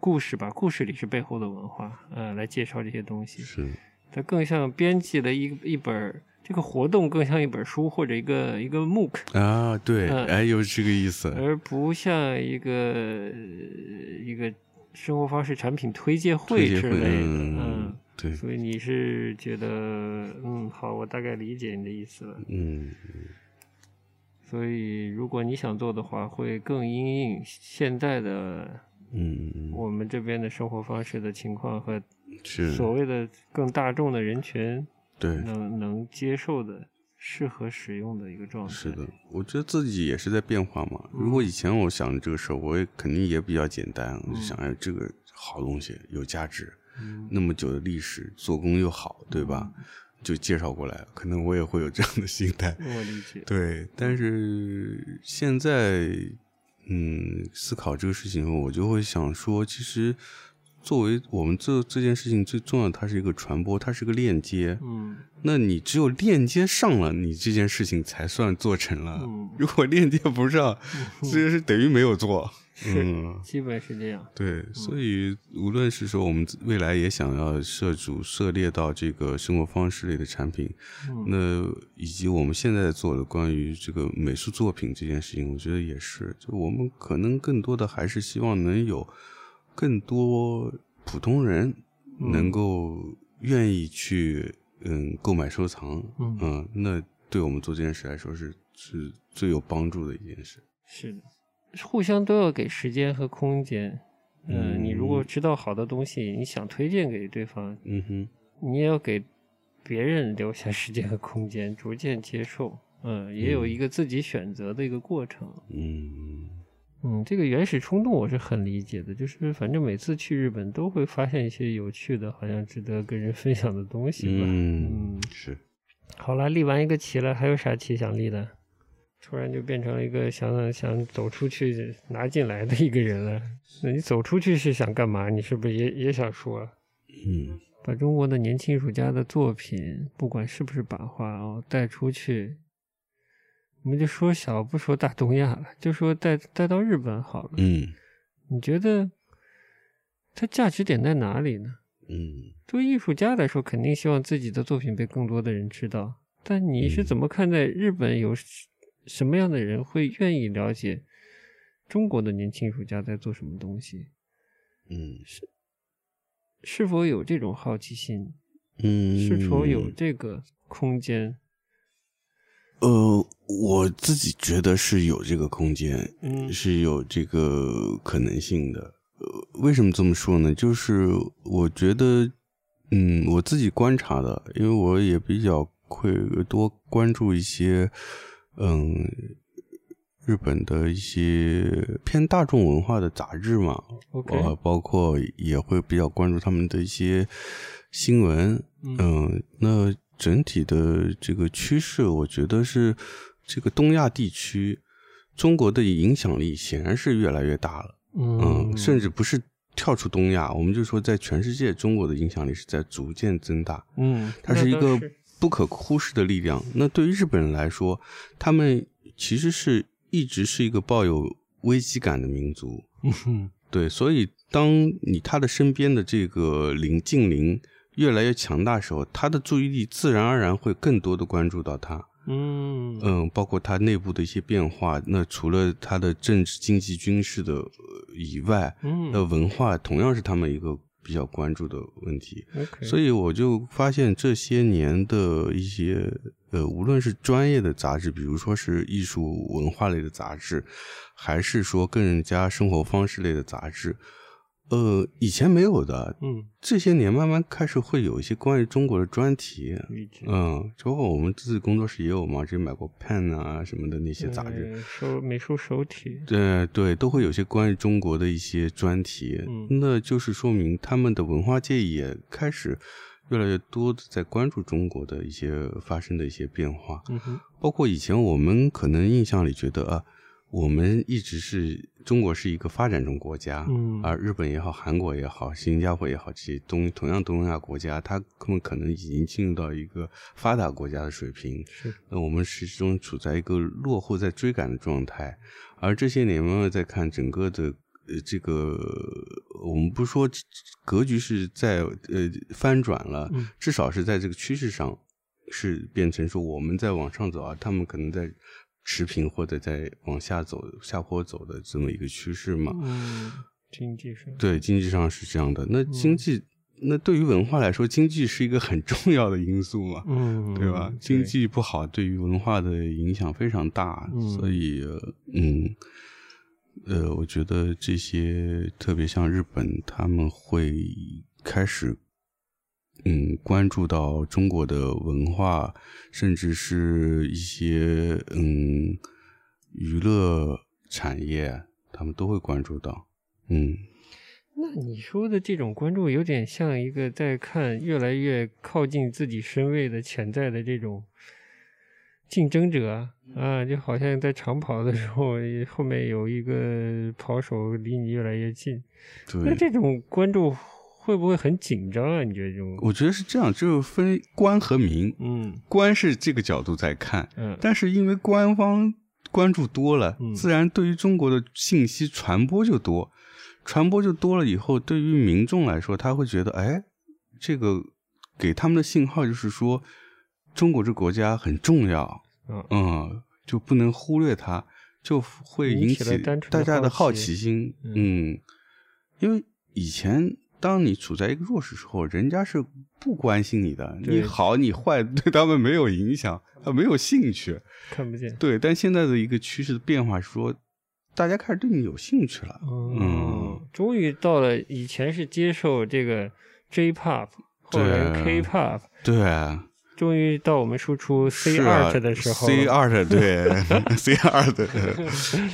故事吧，故事里是背后的文化，呃，来介绍这些东西。
是，
它更像编辑的一一本儿，这个活动更像一本书或者一个一个 MOOC，
啊，对，
嗯
哎，有这个意思，
而不像一个呃一个生活方式产品推介
推
会
介
之
会，
类的，
嗯
嗯，，
对，
所以你是觉得，嗯，好，我大概理解你的意思了。
嗯
所以，如果你想做的话，会更因应现在的
嗯嗯，
我们这边的生活方式的情况和
是，
所谓的更大众的人群
对，
能能接受的、适合使用的一个状态。
是的，，我觉得自己也是在变化嘛。如果以前我想这个事儿，我也肯定也比较简单，我就想哎，这个好东西有价值，
嗯
那么久的历史，做工又好，对吧？就介绍过来，可能我也会有这样的心态。
我理解。
对，但是现在，嗯，思考这个事情后，我就会想说，其实作为我们这这件事情最重要的，它是一个传播，它是一个链接。
嗯，
那你只有链接上了，你这件事情才算做成了。
嗯
如果链接不上，这就是等于没有做。
是，
嗯
基本是这样。
对，所以无论是说我们未来也想要涉足涉猎到这个生活方式类的产品，
嗯
那以及我们现在做的关于这个美术作品这件事情，我觉得也是，就我们可能更多的还是希望能有更多普通人
嗯
能够愿意去嗯购买收藏，
嗯
那对我们做这件事来说是是最有帮助的一件事。
是的，互相都要给时间和空间。嗯，你如果知道好的东西，你想推荐给对方，
嗯哼，
你也要给别人留下时间和空间，逐渐接受。嗯，也有一个自己选择的一个过程。
嗯
嗯，这个原始冲动我是很理解的，就是反正每次去日本都会发现一些有趣的，好像值得跟人分享的东西吧。
嗯是。
好了，立完一个棋了，还有啥棋想立的？突然就变成了一个想想走出去拿进来的一个人了。那你走出去是想干嘛？你是不是也也想说、
嗯
把中国的年轻艺术家的作品，不管是不是版画哦，带出去。我们就说小，不说大东亚了，就说带带到日本好了。
嗯
你觉得它价值点在哪里呢？
嗯
作为艺术家来说，肯定希望自己的作品被更多的人知道。但你是怎么看待日本有什什么样的人会愿意了解中国的年轻艺术家在做什么东西？
嗯
是否有这种好奇心？
嗯，
是否有这个空间？
呃，我自己觉得是有这个空间，
嗯
是有这个可能性的。呃，为什么这么说呢？就是我觉得，嗯，我自己观察的，因为我也比较会多关注一些，嗯，日本的一些偏大众文化的杂志嘛，
，OK，
呃，包括也会比较关注他们的一些新闻，
嗯
嗯，那整体的这个趋势，我觉得是这个东亚地区中国的影响力显然是越来越大了。嗯，甚至不是跳出东亚，我们就说在全世界，中国的影响力是在逐渐增大，
嗯，
它
那
是一
倒
个不可忽视的力量。那对于日本人来说，他们其实是一直是一个抱有危机感的民族。
嗯
对，所以当你他的身边的这个邻近邻越来越强大的时候，他的注意力自然而然会更多的关注到他，
嗯
嗯，包括他内部的一些变化。那除了他的政治、经济、军事的呃以外，那
嗯
文化同样是他们一个比较关注的问题。
，OK，
所以我就发现这些年的一些呃，无论是专业的杂志，比如说是艺术文化类的杂志，还是说更加生活方式类的杂志，呃，以前没有的，
嗯，
这些年慢慢开始会有一些关于中国的专题。
理解。
嗯，包括我们自己工作室也有嘛，之前买过 Pen 啊什么的那些杂志，
呃手美术手体，
对呃对，都会有些关于中国的一些专题，
嗯
那就是说明他们的文化界也开始越来越多的在关注中国的一些发生的一些变化，
嗯哼，
包括以前我们可能印象里觉得啊，我们一直是中国是一个发展中国家，
嗯
而日本也好，韩国也好，新加坡也好，这些东同样东亚国家，它他们可能已经进入到一个发达国家的水平，
是，
那呃我们始终处在一个落后在追赶的状态，而这些年慢慢在看整个的呃这个，我们不说格局是在呃翻转了，
嗯
至少是在这个趋势上是变成说我们在往上走啊，他们可能在持平或者在往下走下坡走的这么一个趋势嘛。
嗯，经济上，
对，经济上是这样的。那
嗯
经济，那对于文化来说，经济是一个很重要的因素嘛，
嗯，
对吧？经济不好，对于文化的影响非常大，
嗯
所以，呃嗯，呃，我觉得这些特别像日本，他们会开始，嗯，关注到中国的文化，甚至是一些嗯娱乐产业，他们都会关注到，嗯。
那你说的这种关注，有点像一个在看越来越靠近自己身位的潜在的这种竞争者啊
嗯
啊，就好像在长跑的时候，后面有一个跑手离你越来越近，那
对，
这种关注会不会很紧张啊？你觉得这种？
我觉得是这样，就是分官和民。
嗯
官是这个角度在看，
嗯
但是因为官方关注多了
嗯，
自然对于中国的信息传播就多，传播就多了以后，对于民众来说，他会觉得，哎，这个给他们的信号就是说，中国这国家很重要，
嗯
嗯，就不能忽略它，就会引
引起了
起
单纯
大
的
家的
好
好
奇
奇心。
嗯
嗯，因为以前当你处在一个弱势时候，人家是不关心你的，你
对
好你坏 对他们没有影响，他没有兴趣。
看不见。
对，但现在的一个趋势的变化是说，大家开始对你有兴趣了。嗯
哦，终于到了以前是接受这个 J-pop，后来
对
K-pop，
对，
终于到我们输出 C
是啊
art 的时候
，C 二 对，C 二的。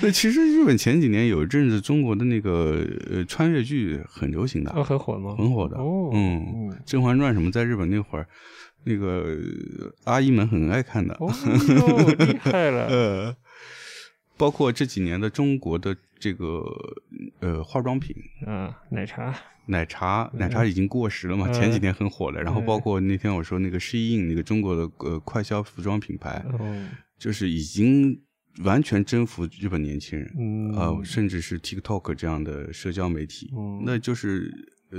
对，其实日本前几年有一阵子中国的那个呃穿越剧很流行的，
啊，很火吗？
很火的。
哦，
嗯，《甄嬛传》什么，在日本那会儿，那个呃阿姨们很爱看的。
哦哟，厉害 了，
呃，包括这几年的中国的这个呃化妆品，
啊，奶茶，
奶茶，奶茶已经过时了嘛，前几年很火的。然后包括那天我说那个 Shein 那个中国的呃快消服装品牌，
哦，
就是已经完全征服日本年轻人。
嗯，
呃，甚至是 TikTok 这样的社交媒体，
嗯
那就是呃，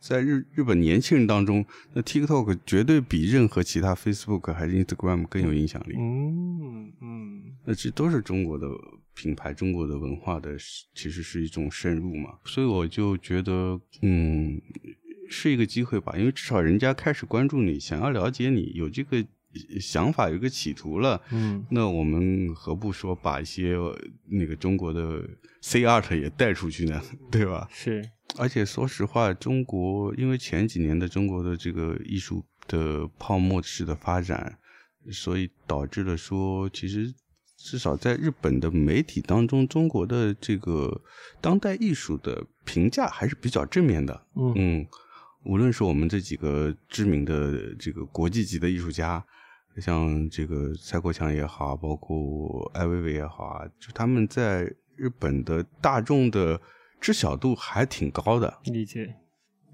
在日日本年轻人当中，那 TikTok 绝对比任何其他 Facebook 还是 Instagram 更有影响力。
嗯嗯
那这都是中国的品牌，中国的文化的是，其实是一种深入嘛。所以我就觉得，嗯，是一个机会吧，因为至少人家开始关注你，想要了解你，有这个呃想法，有一个企图了。
嗯，
那我们何不说把一些呃那个中国的 C art 也带出去呢？对吧？
是，
而且说实话，中国因为前几年的中国的这个艺术的泡沫式的发展，所以导致了说，其实至少在日本的媒体当中，中国的这个当代艺术的评价还是比较正面的。
嗯
嗯，无论是我们这几个知名的这个国际级的艺术家，像这个蔡国强也好，包括艾薇薇也好啊，就他们在日本的大众的知晓度还挺高的。
理解。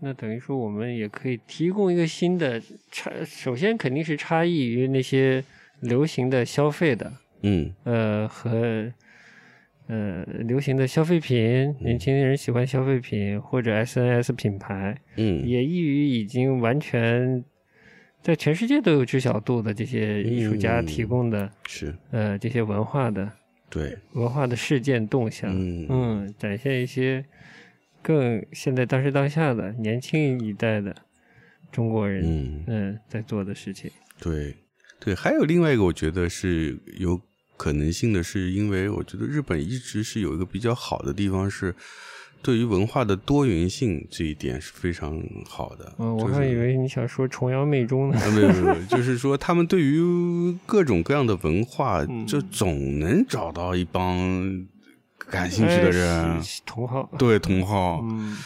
那等于说，我们也可以提供一个新的差，首先肯定是差异于那些流行的消费的，
嗯，
呃和呃流行的消费
嗯
品，年轻人喜欢消费品或者 SNS 品牌，
嗯，
也易于已经完全在全世界都有知晓度的这些艺术家
嗯
提供的、
是
呃这些文化的
对，
文化的事件动向，
嗯
展现一些更现在当时当下的年轻一代的中国人。
嗯，
嗯，在做的事情，
对，对，还有另外一个，我觉得是有可能性的，是因为我觉得日本一直是有一个比较好的地方是。对于文化的多元性这一点是非常好的。
嗯，我
就是
还以为你想说崇洋媚中呢。
啊，没有没有，就是说他们对于各种各样的文化，
嗯
就总能找到一帮感 兴趣的人啊
哎，是同好。
对同好。
嗯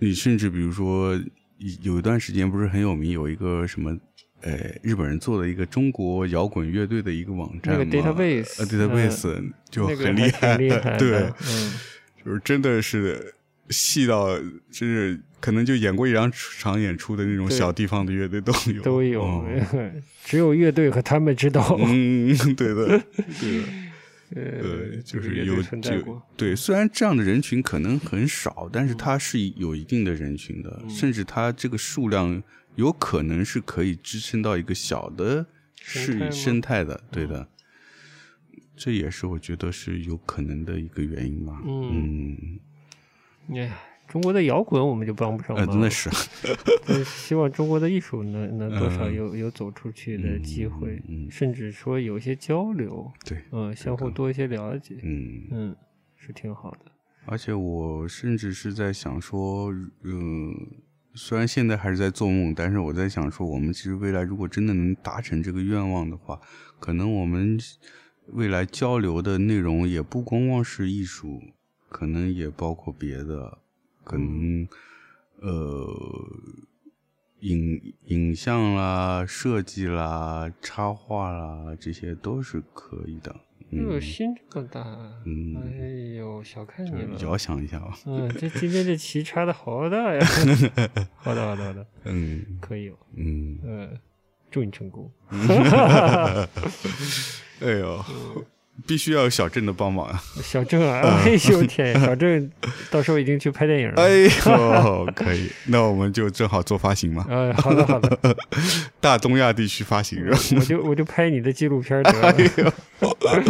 你甚至比如说，有有一段时间不是很有名，有一个什么。呃，日本人做的一个中国摇滚乐队的一个网站嘛，
那个 database，嗯
呃，database、就
那个
很
还
厉害，
挺厉害的
对，
嗯
就是真的是细到，就是可能就演过一两场演出的那种
对
小地方的乐队都有，
都有，
嗯
只有乐队和他们知道。
嗯，对的，对的，
呃
对，就
这个
是
乐队
有
存在
就
过。
对，虽然这样的人群可能很少，但是它是有一定的人群的，甚至它这个数量有可能是可以支撑到一个小的
态吗
是生态的，对的。嗯这也是我觉得是有可能的一个原因吧。
嗯
嗯
哎呀，中国的摇滚我们就帮不上
呃，
忙，
那是
但希望中国的艺术能能多少有有走出去的机会，
嗯嗯嗯
甚至说有一些交流，
对，
嗯，相互多一些了解，
嗯，
嗯，是挺好的。
而且我甚至是在想说，嗯、虽然现在还是在做梦，但是我在想说，我们其实未来如果真的能达成这个愿望的话，可能我们未来交流的内容也不光光是艺术，可能也包括别的，可能、呃影影像啦、设计啦、插画啦，这些都是可以的。
哟，
嗯，
哎心这么大，
嗯
哎呦，小看你了。
遥想一下吧。
嗯，这今天这棋插的好大呀！好的，好的，好的，
嗯
可以哦。
嗯。
嗯，祝你成功。
哎呦，必须要有小郑的帮忙啊！
小郑 啊，哎呦天呀，小郑到时候已经去拍电影了。
哎呦，可以，那我们就正好做发行嘛，
哎，好的好的，
大东亚地区发行。
我就我就拍你的纪录片得了。
哎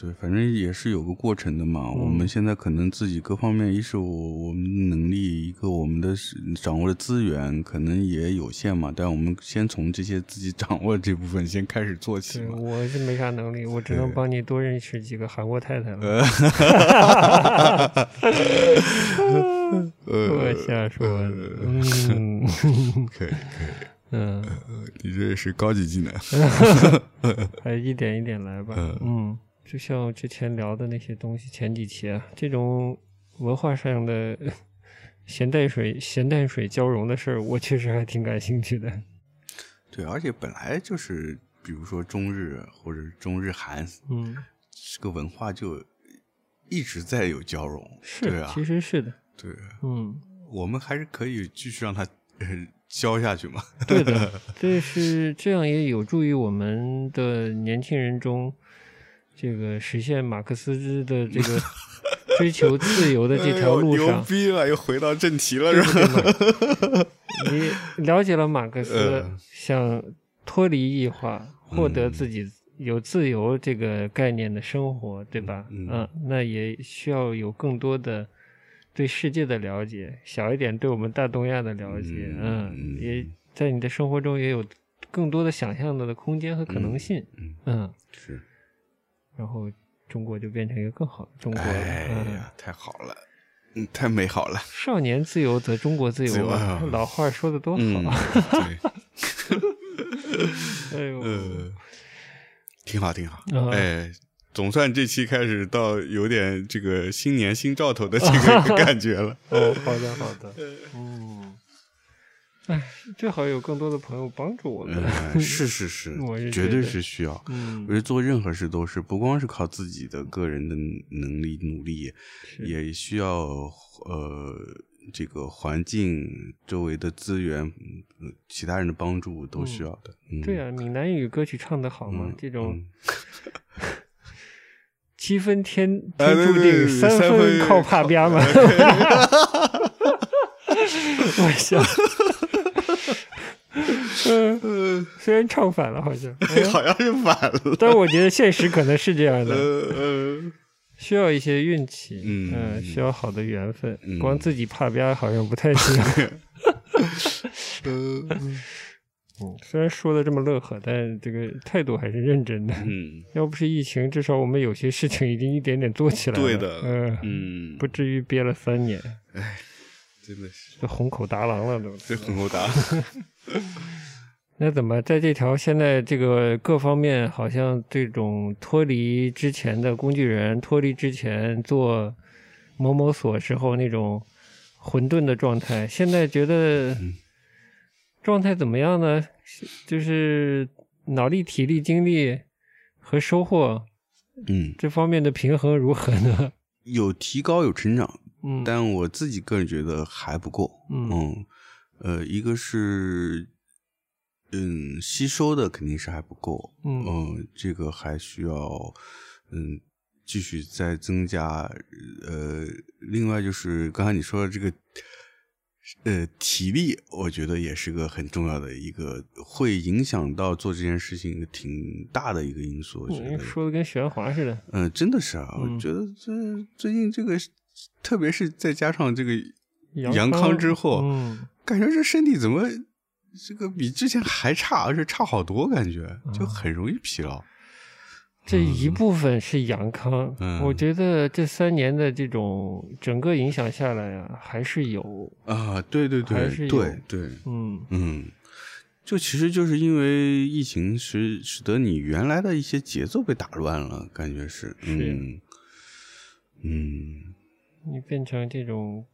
对，反正也是有个过程的嘛。我们现在可能自己各方面，一是我我们的能力，一个我们的是掌握的资源可能也有限嘛。但我们先从这些自己掌握的这部分先开始做起
对，
嘛。
我是没啥能力，我只能帮你多认识几个韩国太太了。
呃
我瞎说的。嗯
可以，可以，
嗯，
你这也是高级技能。
还一点一点来吧。嗯，就像之前聊的那些东西，前几期啊，这种文化上的咸淡水咸淡水交融的事儿，我确实还挺感兴趣的。
对，而且本来就是，比如说中日或者中日韩
嗯，
这个文化就一直在有交融，
是，
对啊
其，实是的。
对，
嗯，
我们还是可以继续让它呃消下去嘛。
对的，这是这样也有助于我们的年轻人中，这个实现马克思的这个追求自由的这条路
哎呦 牛
上，
逼了，又回到正题了，是吧？
对吗？你了解了马克思
嗯，
想脱离异化，获得自己有自由这个概念的生活，对吧？
嗯
啊，那也需要有更多的对世界的了解，小一点对我们大东亚的了解，
嗯嗯
嗯，也在你的生活中也有更多的想象的空间和可能性，
嗯
嗯，
是，
然后中国就变成一个更好的中国了，
哎
嗯。
呀，太好了，嗯，太美好了，
少年自由则中国自由啊！
自由啊
老话说的多好，
嗯，对，
哎呦，
呃，挺好，挺好，
啊
哎。总算这期开始到有点这个新年新兆头的这 个感觉了，
哦，好的好的，嗯，哎，最好有更多的朋友帮助我们，
嗯，是是是
我也，
绝
觉
对
得
是需要。我觉
嗯，
得做任何事都是，不光是靠自己的个人的能力努力，也需要呃这个环境周围的资源、嗯其他人的帮助都需要的。嗯，
对啊，闽南语歌曲唱的好嘛
嗯，
这种
嗯
七分天
哎
天
对
注
对对
定，三
三分
靠怕边嘛， 我 笑，嗯，虽然唱反了 好像，哎呀
好像是反 了。
但我觉得现实可能是这样
呃
的，嗯
呃，
需要一些运气，
嗯嗯
需要好的缘分，
嗯
光自己怕边好像不太行。嗯，虽然说的这么乐呵，但这个态度还是认真的。
嗯
要不是疫情，至少我们有些事情已经一点点做起来了。
对的
嗯、
嗯，
不至于憋了三年，
真的是
这红口达郎了都。
这很够打。
那怎么在这条现在这个各方面好像这种脱离之前的工具人，脱离之前做某某所时候那种混沌的状态，现在觉得
嗯
状态怎么样呢？是就是脑力、体力、精力和收获
嗯，
这方面的平衡如何呢？
有提高有成长，
嗯
但我自己个人觉得还不够。
嗯
嗯，呃，一个是，嗯，吸收的肯定是还不够，
嗯
嗯，这个还需要，嗯，继续再增加，呃，另外就是刚才你说的这个，呃，体力，我觉得也是个很重要的一个，会影响到做这件事情一个挺大的一个因素，我觉
嗯，
得，
说的跟玄华似的。
嗯，真的是啊，
嗯
我觉得这最近这个特别是再加上这个
杨
杨
康
康之后，啊
嗯
感觉这身体怎么这个比之前还差，而且差好多，感觉
嗯
就很容易疲劳。
这一部分是杨康，
嗯
我觉得这三年的这种整个影响下来啊，还是有，
啊，对对
还
对
是有
对对，
嗯
嗯，就其实就是因为疫情使使得你原来的一些节奏被打乱了，感觉是，
是
嗯嗯
你变成这种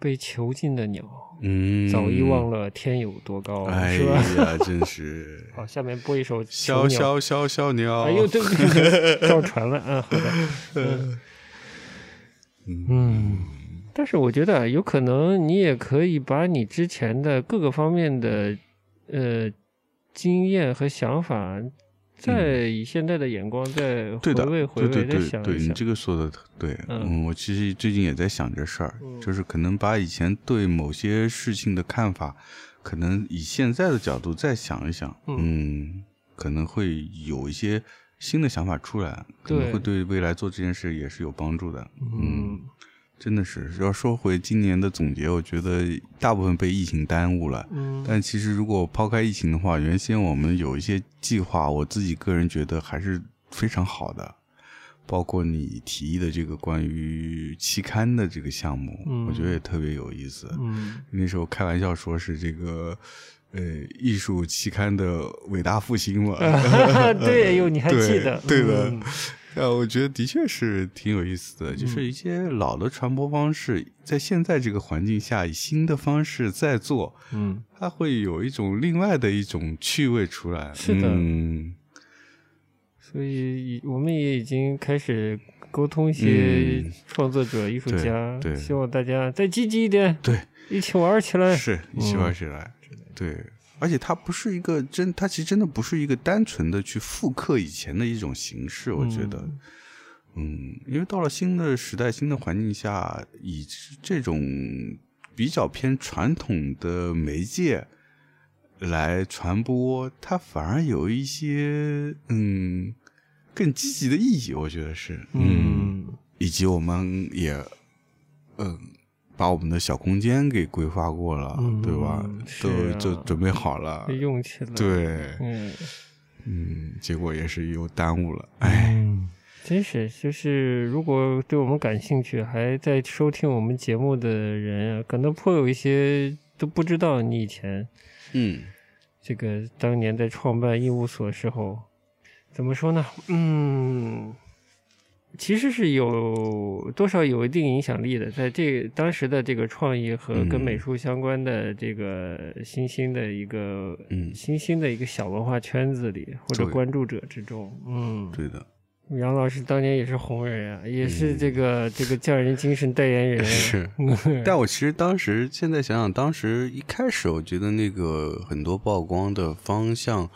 被囚禁的鸟，
嗯，
早已忘了天有多高，
哎
是吧？
呀，真是
好，下面播一首《
萧
囚鸟
萧萧萧鸟，
哎呦，对不 起，造船了啊，好的，嗯嗯，但是我觉得啊有可能你也可以把你之前的各个方面的呃经验和想法，再以现在的眼光再回
嗯对的，
味回
对对
味，再
对
想
对，
一
你
想
这。个说的对，
嗯
嗯，我其实最近也在想这事儿
嗯，
就是可能把以前对某些事情的看法，可能以现在的角度再想一想，嗯，可能会有一些新的想法出来，可
对
能会对未来做这件事也是有帮助的。
嗯，
真的是要说回今年的总结，我觉得大部分被疫情耽误了。
嗯
但其实如果抛开疫情的话，原先我们有一些计划，我自己个人觉得还是非常好的，包括你提议的这个关于期刊的这个项目，
嗯
我觉得也特别有意思。
嗯，
那时候开玩笑说是这个。呃，艺术期刊的伟大复兴嘛，
对哟，你还记得？
对对的
嗯，
呃，我觉得的确是挺有意思的，就是
嗯
一些老的传播方式，在现在这个环境下，以新的方式再做，
嗯，
它会有一种另外的一种趣味出来。
是的
嗯，
所以我们也已经开始沟通一些
嗯
创作者、艺术
对
家，
对
希望大家再积极一点，
对，
一起玩起来。
是一起
嗯
玩起来，对。而且它不是一个真，它其实真的不是一个单纯的去复刻以前的一种形式，我觉得，嗯，因为到了新的时代、新的环境下，以这种比较偏传统的媒介来传播，它反而有一些嗯更积极的意义，我觉得是，
嗯，
以及我们也，嗯，把我们的小空间给规划过了，
嗯
对吧？
是
都
啊
就准备好了
得，用起来。，
对，
嗯，
嗯，结果也是又耽误了，哎，
嗯真是就是，如果对我们感兴趣，还在收听我们节目的人啊，可能颇有一些都不知道你以前
嗯
这个当年在创办义务所时候，怎么说呢？嗯，其实是有多少有一定影响力的，在这个当时的这个创意和跟
嗯
美术相关的这个新兴的一个、
嗯，
新兴的一个小文化圈子里或者
对
关注者之中，嗯，
对的，
杨老师当年也是红人啊，也是这个、这个匠人精神代言人啊，
嗯 是。但我其实当时，现在想想，当时一开始，我觉得那个很多曝光的方向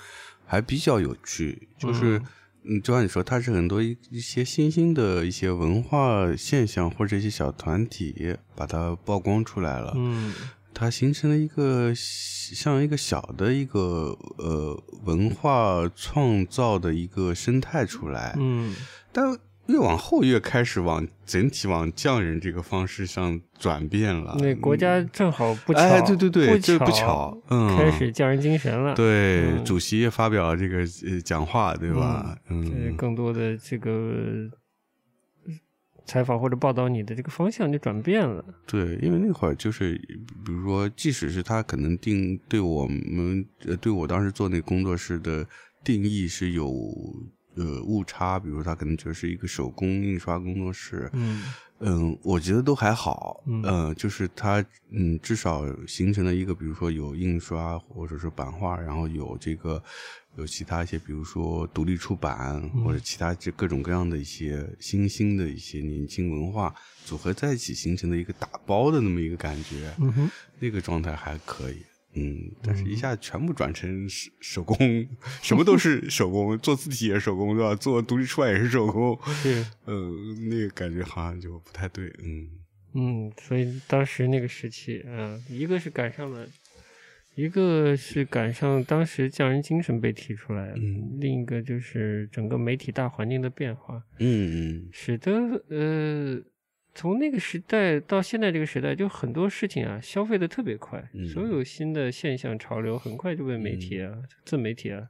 还比较有趣，就是，嗯，就像你说，它是很多一一些新兴的一些文化现象或者一些小团体把它曝光出来了，
嗯
它形成了一个像一个小的一个呃文化创造的一个生态出来，
嗯，
但越往后越开始往整体往匠人这个方式上转变了。
那国家正好不巧，
啊嗯哎，对对对，这
不
不巧，嗯，
开始匠人精神了。
对、
嗯
主席也发表了这个呃讲话，对吧？
呃
嗯，
更多的这个呃采访或者报道你的这个方向就转变了。
对，因为那会儿就是，比如说，即使是他可能定对我们，呃，对我当时做那个工作室的定义是有呃误差，比如他可能觉得是一个手工印刷工作室，
嗯
嗯，我觉得都还好，
嗯
呃就是它，嗯，至少形成了一个，比如说有印刷或者是版画，然后有这个有其他一些，比如说独立出版、
嗯
或者其他这各种各样的一些新兴的一些年轻文化组合在一起形成的一个打包的那么一个感觉，
嗯哼，
那个状态还可以。嗯，但是一下全部转成手手工，什么都是手工，做字体也是手工，对吧？做独立出版也是手工，
是
嗯，那个感觉好像就不太对，嗯
嗯，所以当时那个时期，嗯、一个是赶上了。一个是赶上当时匠人精神被提出来了，
嗯
另一个就是整个媒体大环境的变化，
嗯
使得呃从那个时代到现在这个时代，就很多事情啊，消费的特别快，
嗯
所有新的现象潮流很快就被媒体啊、自媒体啊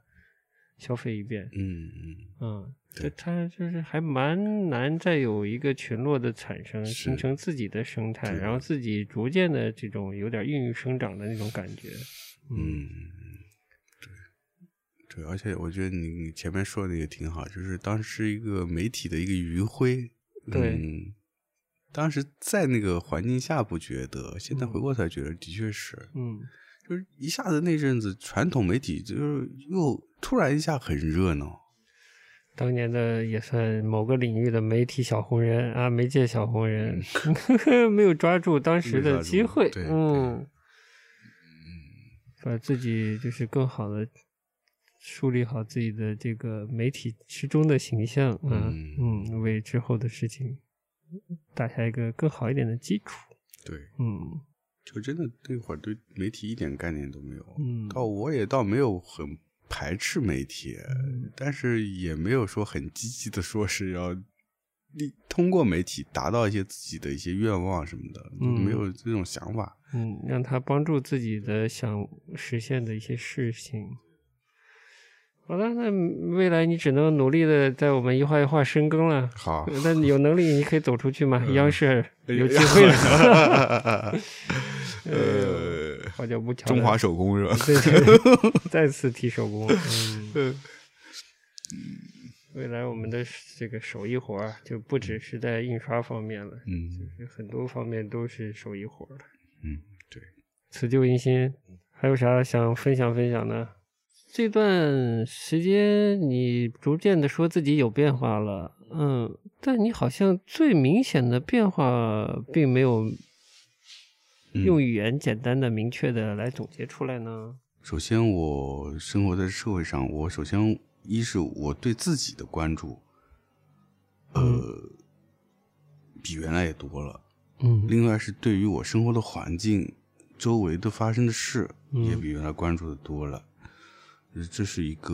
消费一遍。
嗯嗯，
嗯，
对
就它就是还蛮难再有一个群落的产生，
是
形成自己的生态，
对的
然后自己逐渐的这种有点孕育生长的那种感觉。
嗯，对，对，而且我觉得你你前面说的也挺好，就是当时一个媒体的一个余晖，
对
嗯，当时在那个环境下不觉得，现在回过头来觉得的确是，
嗯，
就是一下子那阵子传统媒体就是又突然一下很热闹，
当年的也算某个领域的媒体小红人啊，媒介小红人， 没有抓住当时的机会，
嗯没抓住对
嗯，把自己就是更好的树立好自己的这个媒体之中的形象，啊
嗯
嗯为之后的事情打下一个更好一点的基础，
对，
嗯
就真的那会儿对媒体一点概念都没有，
嗯，
倒我也倒没有很排斥媒体，
嗯
但是也没有说很积极的说是要利通过媒体达到一些自己的一些愿望什么的，就
嗯
没有这种想法。
嗯，让他帮助自己的想实现的一些事情。好的，那未来你只能努力的在我们一画一画深耕了。
好，
那你有能力你可以走出去
嗯
嘛？央视
哎
有机会 了，
了。呃，
好久不巧 了，
中华手工 是吧？
对对对再次提手工。 嗯，未来我们的这个手艺活儿就不只是在印刷方面了，
嗯
就是很多方面都是手艺活儿了。
嗯，
辞旧迎新，还有啥想分享分享的？这段时间你逐渐的说自己有变化了，嗯，但你好像最明显的变化并没有
嗯
用语言简单的、明确的来总结出来呢。
首先我生活在社会上，我首先一是我对自己的关注，呃，比原来也多了。
嗯
另外是对于我生活的环境、周围的发生的事，也比原来关注的多了。呃这是一个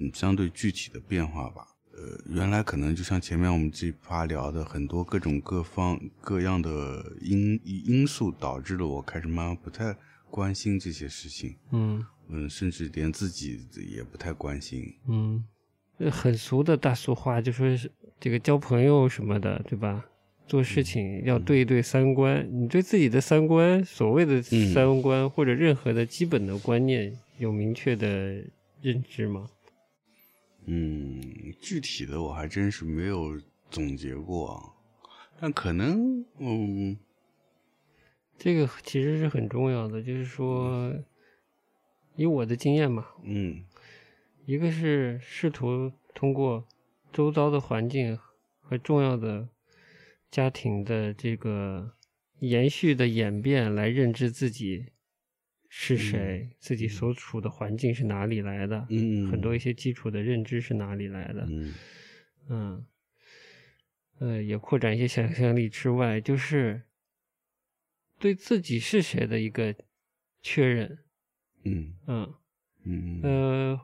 嗯相对具体的变化吧。呃，原来可能就像前面我们这一趴聊的，很多各种各方各样的因因素导致了我开始慢慢不太关心这些事情，
嗯
嗯，甚至连自己也不太关心。
嗯，呃很俗的大俗话就说是这个交朋友什么的，对吧？做事情要对一对三观，你对自己的三观，所谓的
嗯
三观、或者任何的基本的观念有明确的认知吗？
嗯，具体的我还真是没有总结过啊，但可能，嗯，
这个其实是很重要的，就是说，以我的经验嘛，
嗯
一个是试图通过周遭的环境和重要的家庭的这个延续的演变来认知自己是谁，自己所处的环境是哪里来的，
嗯，
很多一些基础的认知是哪里来的，
嗯
嗯，呃，也扩展一些想象力之外，就是对自己是谁的一个确认，
嗯
嗯。
嗯嗯
呃，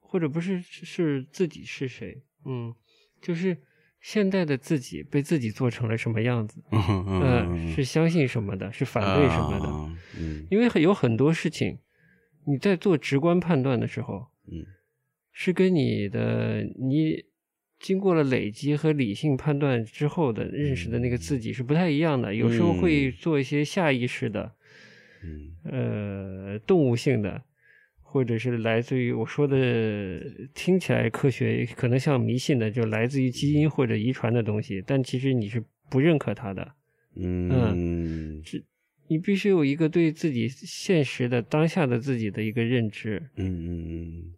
或者不是是自己是谁，嗯，就是现在的自己被自己做成了什么样子，
嗯
呃，是相信什么的，是反对什么的，
的，嗯
因为很有很多事情，你在做直观判断的时候，
嗯
是跟你的你经过了累积和理性判断之后的认识的那个自己是不太一样的，有时候会
嗯
做一些下意识的，
嗯
呃动物性的，或者是来自于我说的听起来科学，可能像迷信的，就来自于基因或者遗传的东西，但其实你是不认可它的。呃
嗯
你必须有一个对自己现实的当下的自己的一个认知，
嗯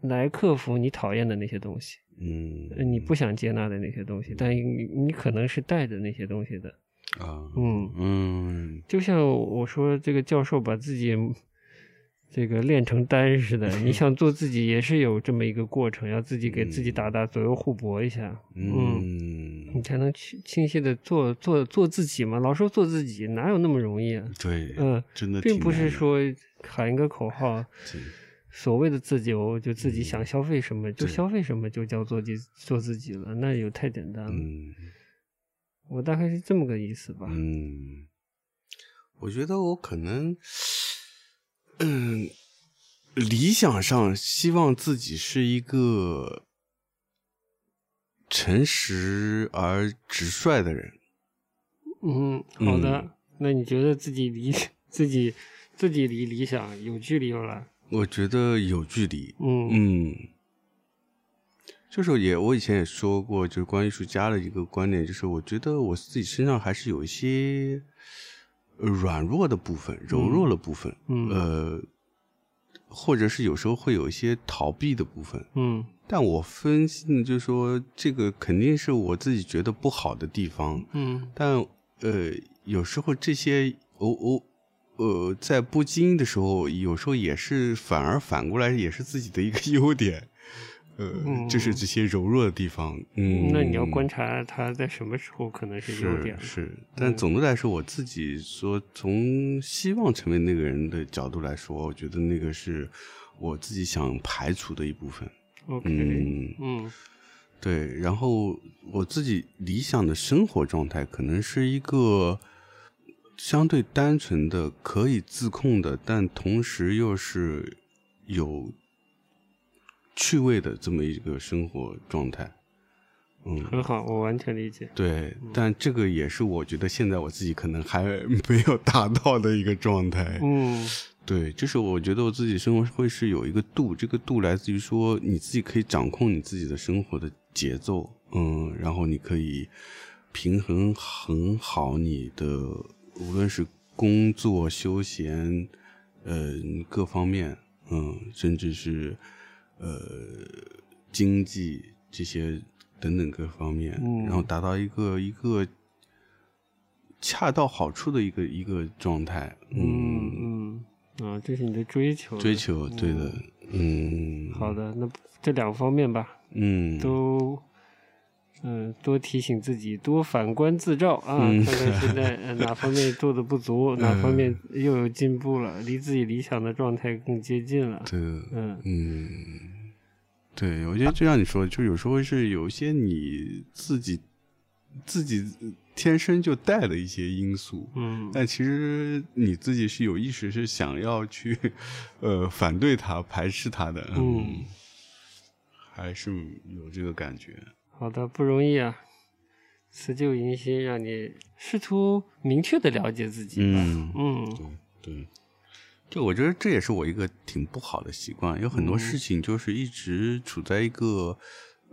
来克服你讨厌的那些东西，呃
嗯，
你不想接纳的那些东西，但你你可能是带着那些东西的。
啊
嗯，
嗯
就像我说，这个教授把自己这个练成丹似的，你想做自己也是有这么一个过程，要自己给自己打打左右互搏一下，你
嗯，
才能去清晰的做做做自己嘛。老说做自己，哪有那么容易啊？
对，
嗯，
真的
并不是说喊一个口号，所谓的自由就自己想消费什么就
对
嗯消费什么，就叫做自己做自己了，那有太简单了。
嗯
我大概是这么个意思吧。
嗯，我觉得我可能，嗯，理想上希望自己是一个诚实而直率的人。
嗯，好的。
嗯
那你觉得自己离 自己自己离理想有距离了？
我觉得有距离。
嗯
嗯，就是也我以前也说过，就是关于艺术家的一个观点，就是我觉得我自己身上还是有一些呃软弱的部分、柔弱的部分。
嗯
呃，或者是有时候会有一些逃避的部分。
嗯
但我分析呢，就是说这个肯定是我自己觉得不好的地方，
嗯
但呃，有时候这些我我。呃，在不经意的时候，有时候也是反而反过来也是自己的一个 优点，呃，
嗯
就是这些柔弱的地方。嗯，
那你要观察他在什么时候可能是优点了。嗯
是，但总的来说，我自己说，从希望成为那个人的角度来说，我觉得那个是我自己想排除的一部分。
OK，
嗯，
嗯
对。然后我自己理想的生活状态，可能是一个相对单纯的、可以自控的，但同时又是有趣味的这么一个生活状态。嗯，
很好，我完全理解。
对，但这个也是我觉得现在我自己可能还没有达到的一个状态。
嗯
对，就是我觉得我自己生活会是有一个度，这个度来自于说你自己可以掌控你自己的生活的节奏，嗯，然后你可以平衡很好你的无论是工作、休闲，呃，各方面，嗯，甚至是呃经济这些等等各方面，
嗯
然后达到一个一个恰到好处的一个一个状态，嗯
嗯嗯啊，这是你的追求的，
追求，对的，嗯，
好，的，那这两方面吧，
嗯，
都，嗯，多提醒自己，多反观自照啊，
嗯
看看现在呃哪方面做的 不足，哪方面
嗯
又有进步了，离自己理想的状态更接近了。
对的，
嗯
嗯，对，我觉得就像你说，的，就有时候是有一些你自己自己天生就带的一些因素，
嗯
但其实你自己是有意识是想要去呃反对它、排斥它的，
嗯，
还是有这个感觉，
好的，不容易啊，辞旧迎新，让你试图明确的了解自己吧。
嗯
嗯
对，对，我觉得这也是我一个挺不好的习惯，有很多
嗯
事情就是一直处在一个，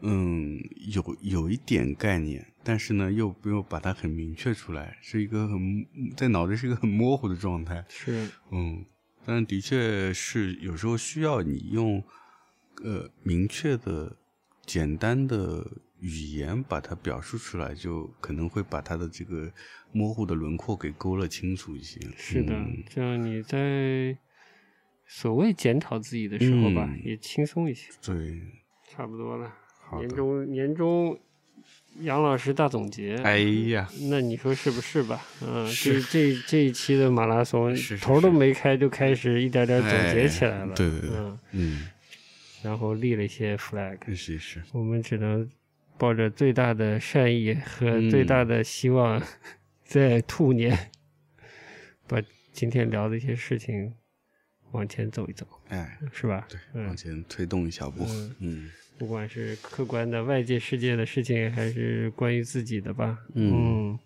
嗯，有有一点概念，但是呢，又不用把它很明确出来，是一个很在脑袋是一个很模糊的状态，
是，
嗯，但的确是有时候需要你用，呃，明确的、简单的语言把它表述出来，就可能会把它的这个模糊的轮廓给勾勒清楚一些。
是的
嗯，
这样你在所谓检讨自己的时候吧，
嗯
也轻松一些。
对，
差不多了，
好
年
的。
终年终，杨老师大总结。
哎呀，
那你说是不是吧？嗯，这
是
这这一期的马拉松
是是
头都没开就开始一点点总结起来了，
哎对对对
嗯，
嗯，
然后立了一些 flag，
是是，
我们只能抱着最大的善意和最大的希望，
嗯
在兔年把今天聊的一些事情往前走一走，
哎，
是吧？
对，往
嗯，
前推动一小步
嗯，
嗯
不管是客观的外界世界的事情，还是关于自己的吧，
嗯
嗯。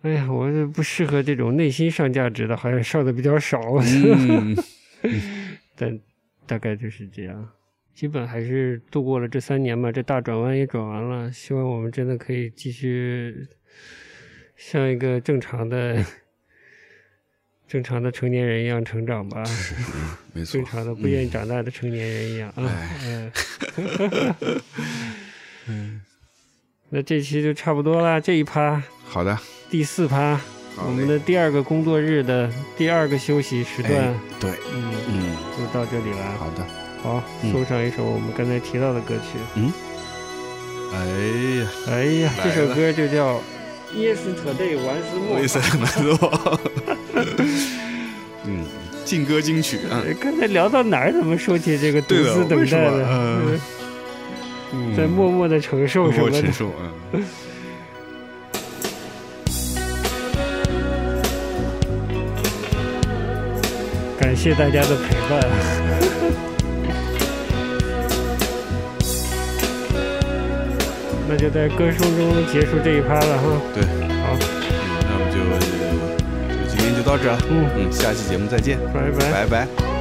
哎呀，我是不适合这种内心上价值的，好像上的比较少，
嗯，
但大概就是这样。基本还是度过了这三年嘛，这大转弯也转完了，希望我们真的可以继续像一个正常的、 正常的成年人一样成长吧，
没错
正，常的不愿意长大的成年人一样啊。
哎
嗯，
嗯
那这期就差不多啦，这一趴
好的，
第四趴，
好
我们
嘞
的第二个工作日的第二个休息时段，
哎，对，
嗯，
嗯，
就到这里啦。
好的，
好，
嗯
送上一首我们刚才提到的歌曲。
哎呀，
哎呀，
来
这
了
首歌就叫《Yesterday 玩思
不
莫
好意》思， 蛮多， 嗯，劲歌金曲啊，
哎。刚才聊到哪儿？怎么说起这个独
对的
自等
为什
待
么
了？
呃
嗯在默默的承受什
默
么
承
的？
受，嗯，
感谢大家的陪伴。 那就在歌声中结束这一趴了哈。
对，嗯
好，
那我们就就今天就到这儿，
嗯
嗯，下期节目再见，
拜
拜
拜。
拜。